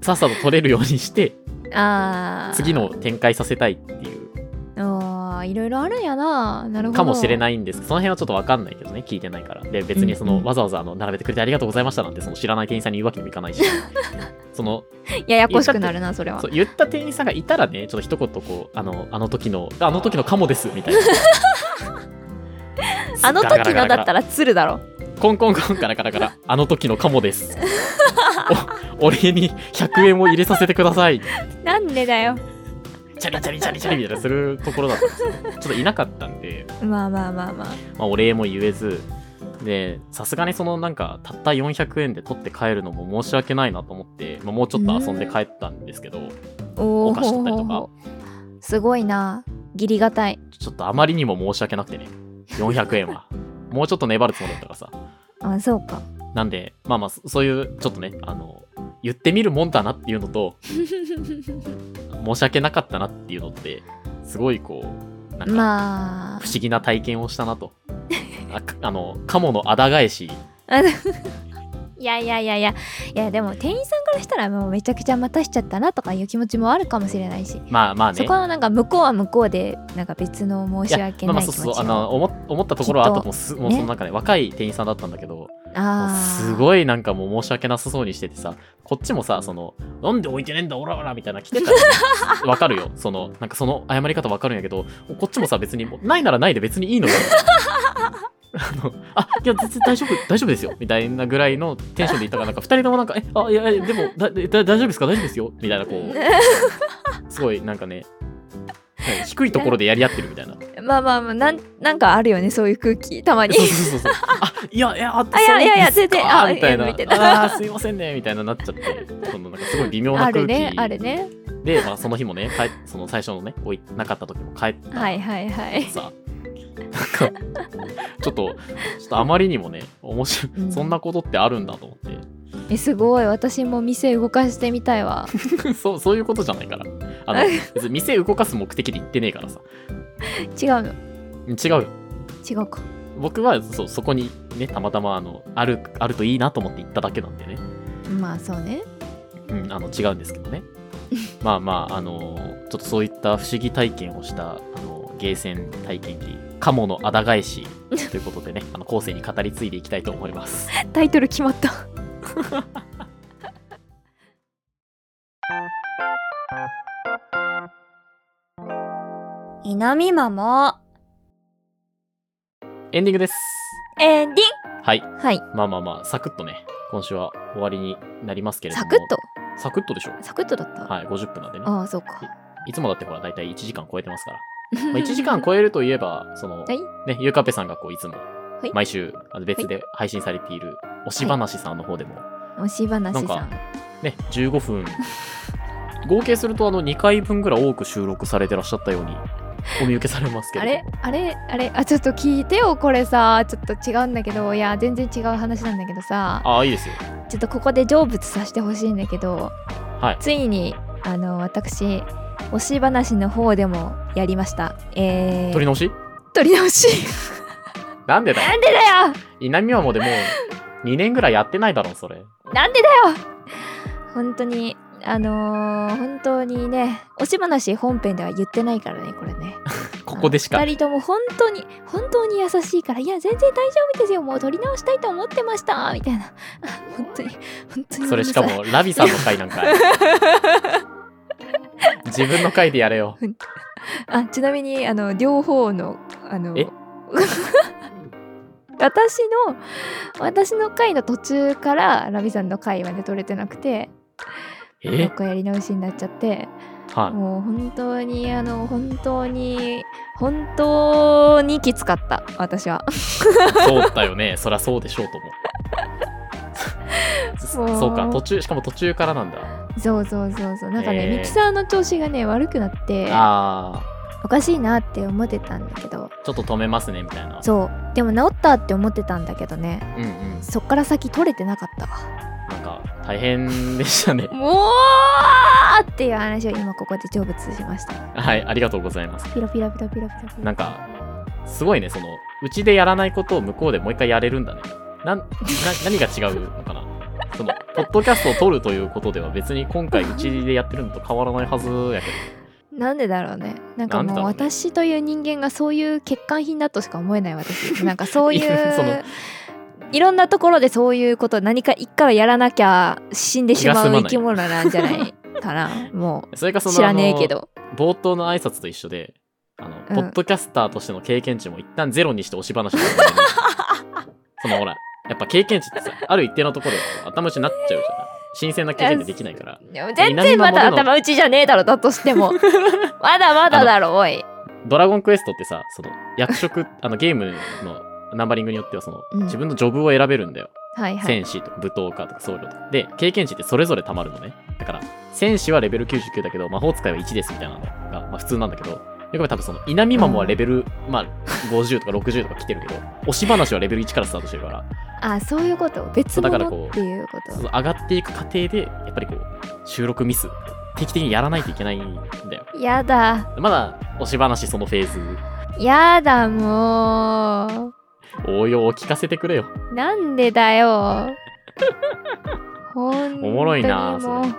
Speaker 1: うさっさと取れるようにして
Speaker 2: あー
Speaker 1: 次の展開させたいっていう
Speaker 2: おーいろいろあるんやななるほど
Speaker 1: かもしれ
Speaker 2: い
Speaker 1: ないんですその辺はちょっと分かんないけどね聞いてないからで別にその、
Speaker 2: うんうん
Speaker 1: わざわざあの並べてくれてありがとうございましたなんてその知らない店員さんに言うわけにもいか ないしその
Speaker 2: ややこしくなるなそれは
Speaker 1: そう言った店員さんがいたらねちょっと一言こうあのあの時のあの時のカモですみたいな
Speaker 2: あの時のだった
Speaker 1: ら
Speaker 2: ら鶴だろ
Speaker 1: コンコンコンからからからあの時のカモですおお礼に100円を入れさせてください
Speaker 2: なんでだよ
Speaker 1: チャリチャリチャリチャリみたいなするところだったんですよちょっといなかったんで、
Speaker 2: まあまあまあまあ
Speaker 1: まあ、お礼も言えずでさすがにそのなんかたった400円で取って帰るのも申し訳ないなと思って、まあ、もうちょっと遊んで帰ったんですけど
Speaker 2: お
Speaker 1: お菓子だったりとか
Speaker 2: ーすごいな義理がたい
Speaker 1: ちょっとあまりにも申し訳なくてね400円はもうちょっと粘るつもりだったからさ
Speaker 2: あそうか
Speaker 1: なんでまあまあそそういうちょっとねあの言ってみるもんだなっていうのと申し訳なかったなっていうのってすごいこうなんか
Speaker 2: まあ
Speaker 1: 不思議な体験をしたなと、あかあのカモのあだ返し
Speaker 2: いやいやいやいやいやでも店員さんからしたらもうめちゃくちゃ待たしちゃったなとかいう気持ちもあるかもしれないし、
Speaker 1: まあまあ
Speaker 2: そ
Speaker 1: ね
Speaker 2: こはなんか向こうは向こうでなんか別の申し訳
Speaker 1: まあま
Speaker 2: な
Speaker 1: あ
Speaker 2: い気
Speaker 1: そ
Speaker 2: 持
Speaker 1: う
Speaker 2: ち
Speaker 1: そう
Speaker 2: も
Speaker 1: あの思思ったところはあったと思うすもう
Speaker 2: ね
Speaker 1: その中で、若い店員さんだったんだけどもう
Speaker 2: あ
Speaker 1: す
Speaker 2: い
Speaker 1: ごいなんかもう申し訳なさそうにしててさこっちもさその「なんで置いてねえんだオラオラ」みたいな来てたらわか るよそのなんかその謝り方わかるんやけどこっちもさ別にもうないならないで別にいいの よあのあいや全然大丈夫大丈夫ですよみたいなぐらいのテンションでいったからなんか2人ともなんか「えあいやいやでもだだ大丈夫ですか大丈夫ですよ」みたいなこうすごいなんかねはい低いところでやり合ってるみたいな
Speaker 2: まあまあまあなんなんかあるよねそういう空気たまに
Speaker 1: そうそうそうそう あいやいやあ
Speaker 2: あいやいやい
Speaker 1: そうなんで
Speaker 2: や
Speaker 1: す
Speaker 2: 全然
Speaker 1: か
Speaker 2: あ
Speaker 1: みたいな
Speaker 2: えみたい な
Speaker 1: あーすいませんねみたいななっちゃってそのなんかすごい微妙な
Speaker 2: あ
Speaker 1: 空気
Speaker 2: るねあるね
Speaker 1: で、まあ、その日もね帰 その最初のねおいなかった時も帰った
Speaker 2: はいはいはい
Speaker 1: さなんかちょっとちょっとあまりにもね面白い、
Speaker 5: うん
Speaker 1: そんなことってあ るんだと思っ
Speaker 2: えすごい私も店動かしてみたいわ
Speaker 1: てそうそういうことじゃないからあ の別に店動かす目的で行ってねえからさ
Speaker 2: 違うの
Speaker 1: 違うよ
Speaker 2: 違うか
Speaker 1: 僕はそうそこにねたまたまあのあるあるといいなと思って行っただけなんでね、
Speaker 5: まあそうね
Speaker 1: うん、あの違うんですけ どねまあまああのちょっとそういった不思議体験をしたあのゲーセン体験記「カモのあだ返し」ということ でねあの後世に語り継いでいきたいと思います
Speaker 2: タイトル決まった
Speaker 5: 稲見ママ
Speaker 1: エンディングです
Speaker 2: エンディン
Speaker 1: はい
Speaker 5: はい
Speaker 1: まあまあまあサクッとね今週は終わりになりますけれども
Speaker 5: サクッと
Speaker 1: サクッとでしょ
Speaker 5: サクッとだった、
Speaker 1: はい50分なんでね
Speaker 5: ああそうか
Speaker 1: いつもだってほら大体1時間超えてますからまあ、1時間超えるといえば、その、
Speaker 5: はい
Speaker 1: ね、ゆうかぺさんがこういつも
Speaker 5: い、
Speaker 1: 毎週あの別で配信されている、推し話さんの方でも、
Speaker 5: 押し話さ
Speaker 1: なん
Speaker 5: ん
Speaker 1: かね、15分、合計するとあの2回分ぐらい多く収録されてらっしゃったように、お見受けされますけ
Speaker 2: あ
Speaker 1: れ
Speaker 2: れ
Speaker 1: ども。
Speaker 2: あれあれあちょっと聞いてよこれさちょっと違うんだけどいや全然違う話なんだけどさ
Speaker 1: ああ、いいですよ。
Speaker 2: ちょっとここで成仏させてほしいんだけど
Speaker 1: はい。
Speaker 2: ついにあの私推し話の方でもやりましたえ
Speaker 1: 取り
Speaker 2: ー、
Speaker 1: 直し
Speaker 2: 取り直し
Speaker 1: なんでだよ。
Speaker 2: なんでだよ
Speaker 1: 稲見はもうでもう、2年ぐらいやってないだろ、それ。
Speaker 2: なんでだよ本当にあのー本当にね推し話本編では言ってないからねこれね
Speaker 1: ここでしか
Speaker 2: 2。人とも本当に本当に優しいからいや全然大丈夫ですよもう撮り直したいと思ってましたみたいな本当に本当に
Speaker 1: それしかも、ラビさんの回なん か。自分の回でやれよ。
Speaker 2: あちなみにあの両方のあの
Speaker 1: え
Speaker 2: 私の私の回の途中からラビさんの回はね取れてなくてもう
Speaker 1: え
Speaker 2: 一回やり直しになっちゃって
Speaker 1: はい。
Speaker 2: もう本当にあの本当に本当にきつかった私は
Speaker 1: そうだよね。そりゃそうでしょう と思う。
Speaker 2: もう
Speaker 1: そそうか、途中、しかも途中からなんだ。
Speaker 2: そうそうそうそうなんかね、
Speaker 1: えー
Speaker 2: ミキサーの調子がね悪くなって
Speaker 1: あ
Speaker 2: おかしいなって思ってたんだけど
Speaker 1: あ、ちょっと止めますねみたいな。
Speaker 2: そうでも治ったって思ってたんだけどね
Speaker 1: うんうん。
Speaker 2: そっから先取れてなかったわ。
Speaker 1: なんか、大変でしたね
Speaker 2: もうっていう話を今ここで成仏しました
Speaker 1: はい、ありがとうございます。
Speaker 2: ピロピロピロピロピロピロ
Speaker 1: なんか、すごいね、その、うちでやらないことを向こうでもう一回やれるんだね。なん、な何が違うのかなその、ポッドキャストを撮るということでは別に今回うちでやってるのと変わらないはずやけ
Speaker 2: なんでだろうねなんか
Speaker 1: なんでだ
Speaker 2: もう
Speaker 1: ろうね
Speaker 2: 私という人間がそういう欠陥品だとしか思えな い私なんかそうい
Speaker 1: いやそうの
Speaker 2: いろんなところでそういうこと何か一からやらなきゃ死んでしま
Speaker 1: 気が済まな
Speaker 2: う
Speaker 1: い
Speaker 2: 生き物なんじゃないかな も
Speaker 1: ど。それかそうの、
Speaker 2: 知らねえ
Speaker 1: あの
Speaker 2: けど
Speaker 1: 冒頭の挨拶と一緒で、あの、ポッドキャスターとしての経験値も一旦ゼロにして押し話になる そのほら、やっぱ経験値ってさ、ある一定のところで頭打ちになっちゃうじゃない。新鮮な経験ってできないから。
Speaker 2: いや全然まだ頭打ちじゃねえだろだとしてもまだまだだろおい
Speaker 1: ドラゴンクエストってさ、その役 職、あのゲームのナンバリングによってはその、
Speaker 2: うん
Speaker 1: 自分のジョブを選べるんだよ。
Speaker 2: はいはい
Speaker 1: 戦士とか武闘家とか僧侶とか。で、経験値ってそれぞれ溜まるのね。だから、戦士はレベル99だけど、魔法使いは1ですみたいなのが、まあ、普通なんだけど、よく多分その、稲見マモはレベル、まあ、50とか60とか来てるけど、押し話はレベル1からスタートしてるから、
Speaker 2: あそういうこと別
Speaker 1: そうだから
Speaker 2: 物
Speaker 1: こう
Speaker 2: っていうこ
Speaker 1: そ
Speaker 2: と
Speaker 1: の上がっていく過程で、やっぱりこう、収録ミス、定期的にやらないといけないんだよ。
Speaker 2: やだ
Speaker 1: まだ、押し話そのフェーズ、
Speaker 2: やだもう
Speaker 1: 応用を聞かせてくれよ。
Speaker 2: なんで だよほん
Speaker 1: おもろいな
Speaker 2: とにも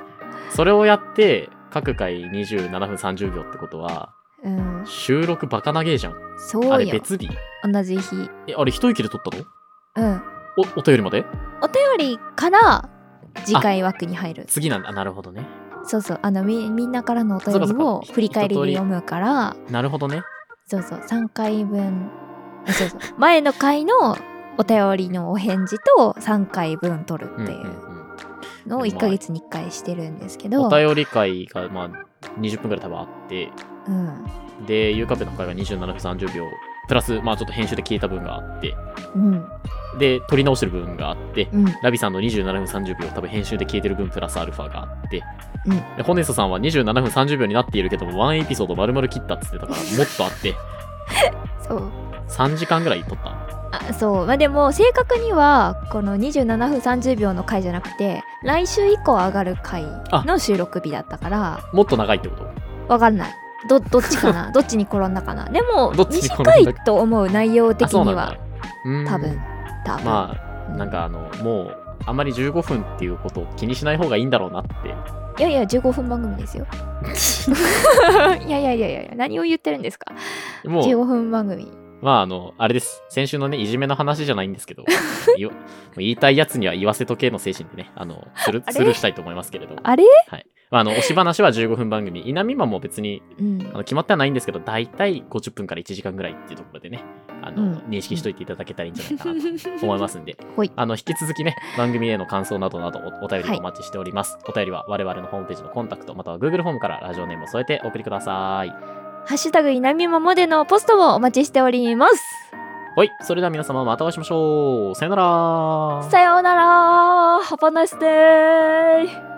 Speaker 1: それをやって、各回27分30秒ってことは、
Speaker 2: う、ん、
Speaker 1: 収録バカ投げじゃん。あ
Speaker 2: そう
Speaker 1: れ
Speaker 2: よ
Speaker 1: 別日
Speaker 2: 同じ日
Speaker 1: え、あれ一息で撮ったの
Speaker 2: うん
Speaker 1: お、お便りまで
Speaker 2: お便りから次回枠に入る
Speaker 1: 次なんだ。なるほどね。
Speaker 2: そうそうあのみみんなからのお
Speaker 1: そ
Speaker 2: 便
Speaker 1: うかそ
Speaker 2: り
Speaker 1: うか
Speaker 2: を振り返り
Speaker 1: 一通
Speaker 2: で
Speaker 1: り
Speaker 2: 読むから
Speaker 1: なるほどね。
Speaker 2: そうそう3回分そうそう前の回のお便りのお返事と3回分取る
Speaker 1: うんう
Speaker 2: って
Speaker 1: ん
Speaker 2: いう
Speaker 1: うん
Speaker 2: のを
Speaker 1: うん
Speaker 2: 1ヶ月に1回してるんですけど、
Speaker 1: お便り会が、まあ、 20分ぐらい多分あって、
Speaker 2: うん
Speaker 1: で、ゆうかぺの破壊が27分30秒、プラス、まあちょっと編集で消えた分があって、
Speaker 2: うん
Speaker 1: で、撮り直してる分があって、
Speaker 2: うん
Speaker 1: ラビさんの27分30秒、多分編集で消えてる分プラスアルファがあって、
Speaker 2: うん
Speaker 1: で、ホネストさんは27分30秒になっているけども、ワンエピソード丸々切ったっつってたから、もっとあって、
Speaker 2: そう
Speaker 1: 3時間ぐらい撮った。
Speaker 2: あそうまあでも正確にはこの27分30秒の回じゃなくて来週以降上がる回の収録日だったから
Speaker 1: もっと長いってこと
Speaker 2: わかんないどどっち かなどっちに転んだかなでも
Speaker 1: どっちに転んだ
Speaker 2: 短いと思う内容
Speaker 1: あ、
Speaker 2: 的
Speaker 1: そうな
Speaker 2: に
Speaker 1: んだ
Speaker 2: は。
Speaker 1: うーん
Speaker 2: 多分多分
Speaker 1: まあ、なんかあの、もう、あんまり15分っていうことを気にしない方がいいんだろうなって。
Speaker 2: いやいや15分番 組ですよいやいやいやいや何を言ってるんですか
Speaker 1: もう、
Speaker 2: 15分番組
Speaker 1: まああの、あれです。先週のね、いじめの話じゃないんです けど、言わもう言いたいやつには言わせとけの精神でね、あの、スル
Speaker 2: あれ
Speaker 1: スルーしたいと思いますけれど。
Speaker 2: あれ
Speaker 1: まあ、あの、推し話は15分番組。稲見まも別に、
Speaker 2: うん
Speaker 1: あの、決まってはないんですけど、大体50分から1時間ぐらいっていうところでね、あの、
Speaker 2: うん
Speaker 1: 認識しといていただけたらいいんじゃないかなと思いますんで
Speaker 2: ほい、
Speaker 1: あの、引き続きね、番組への感想などなどおお便
Speaker 2: は
Speaker 1: り
Speaker 2: い
Speaker 1: お待ちしております。お便りは我々のホームページのコンタクト、または Google フォームからラジオネームを添えてお送りください。
Speaker 2: ハッシュタグいなみままでのポストもお待ちしております。
Speaker 1: はい、それでは皆様またお会いしましょう。さよなら。
Speaker 2: さようなら。ハパナステイ。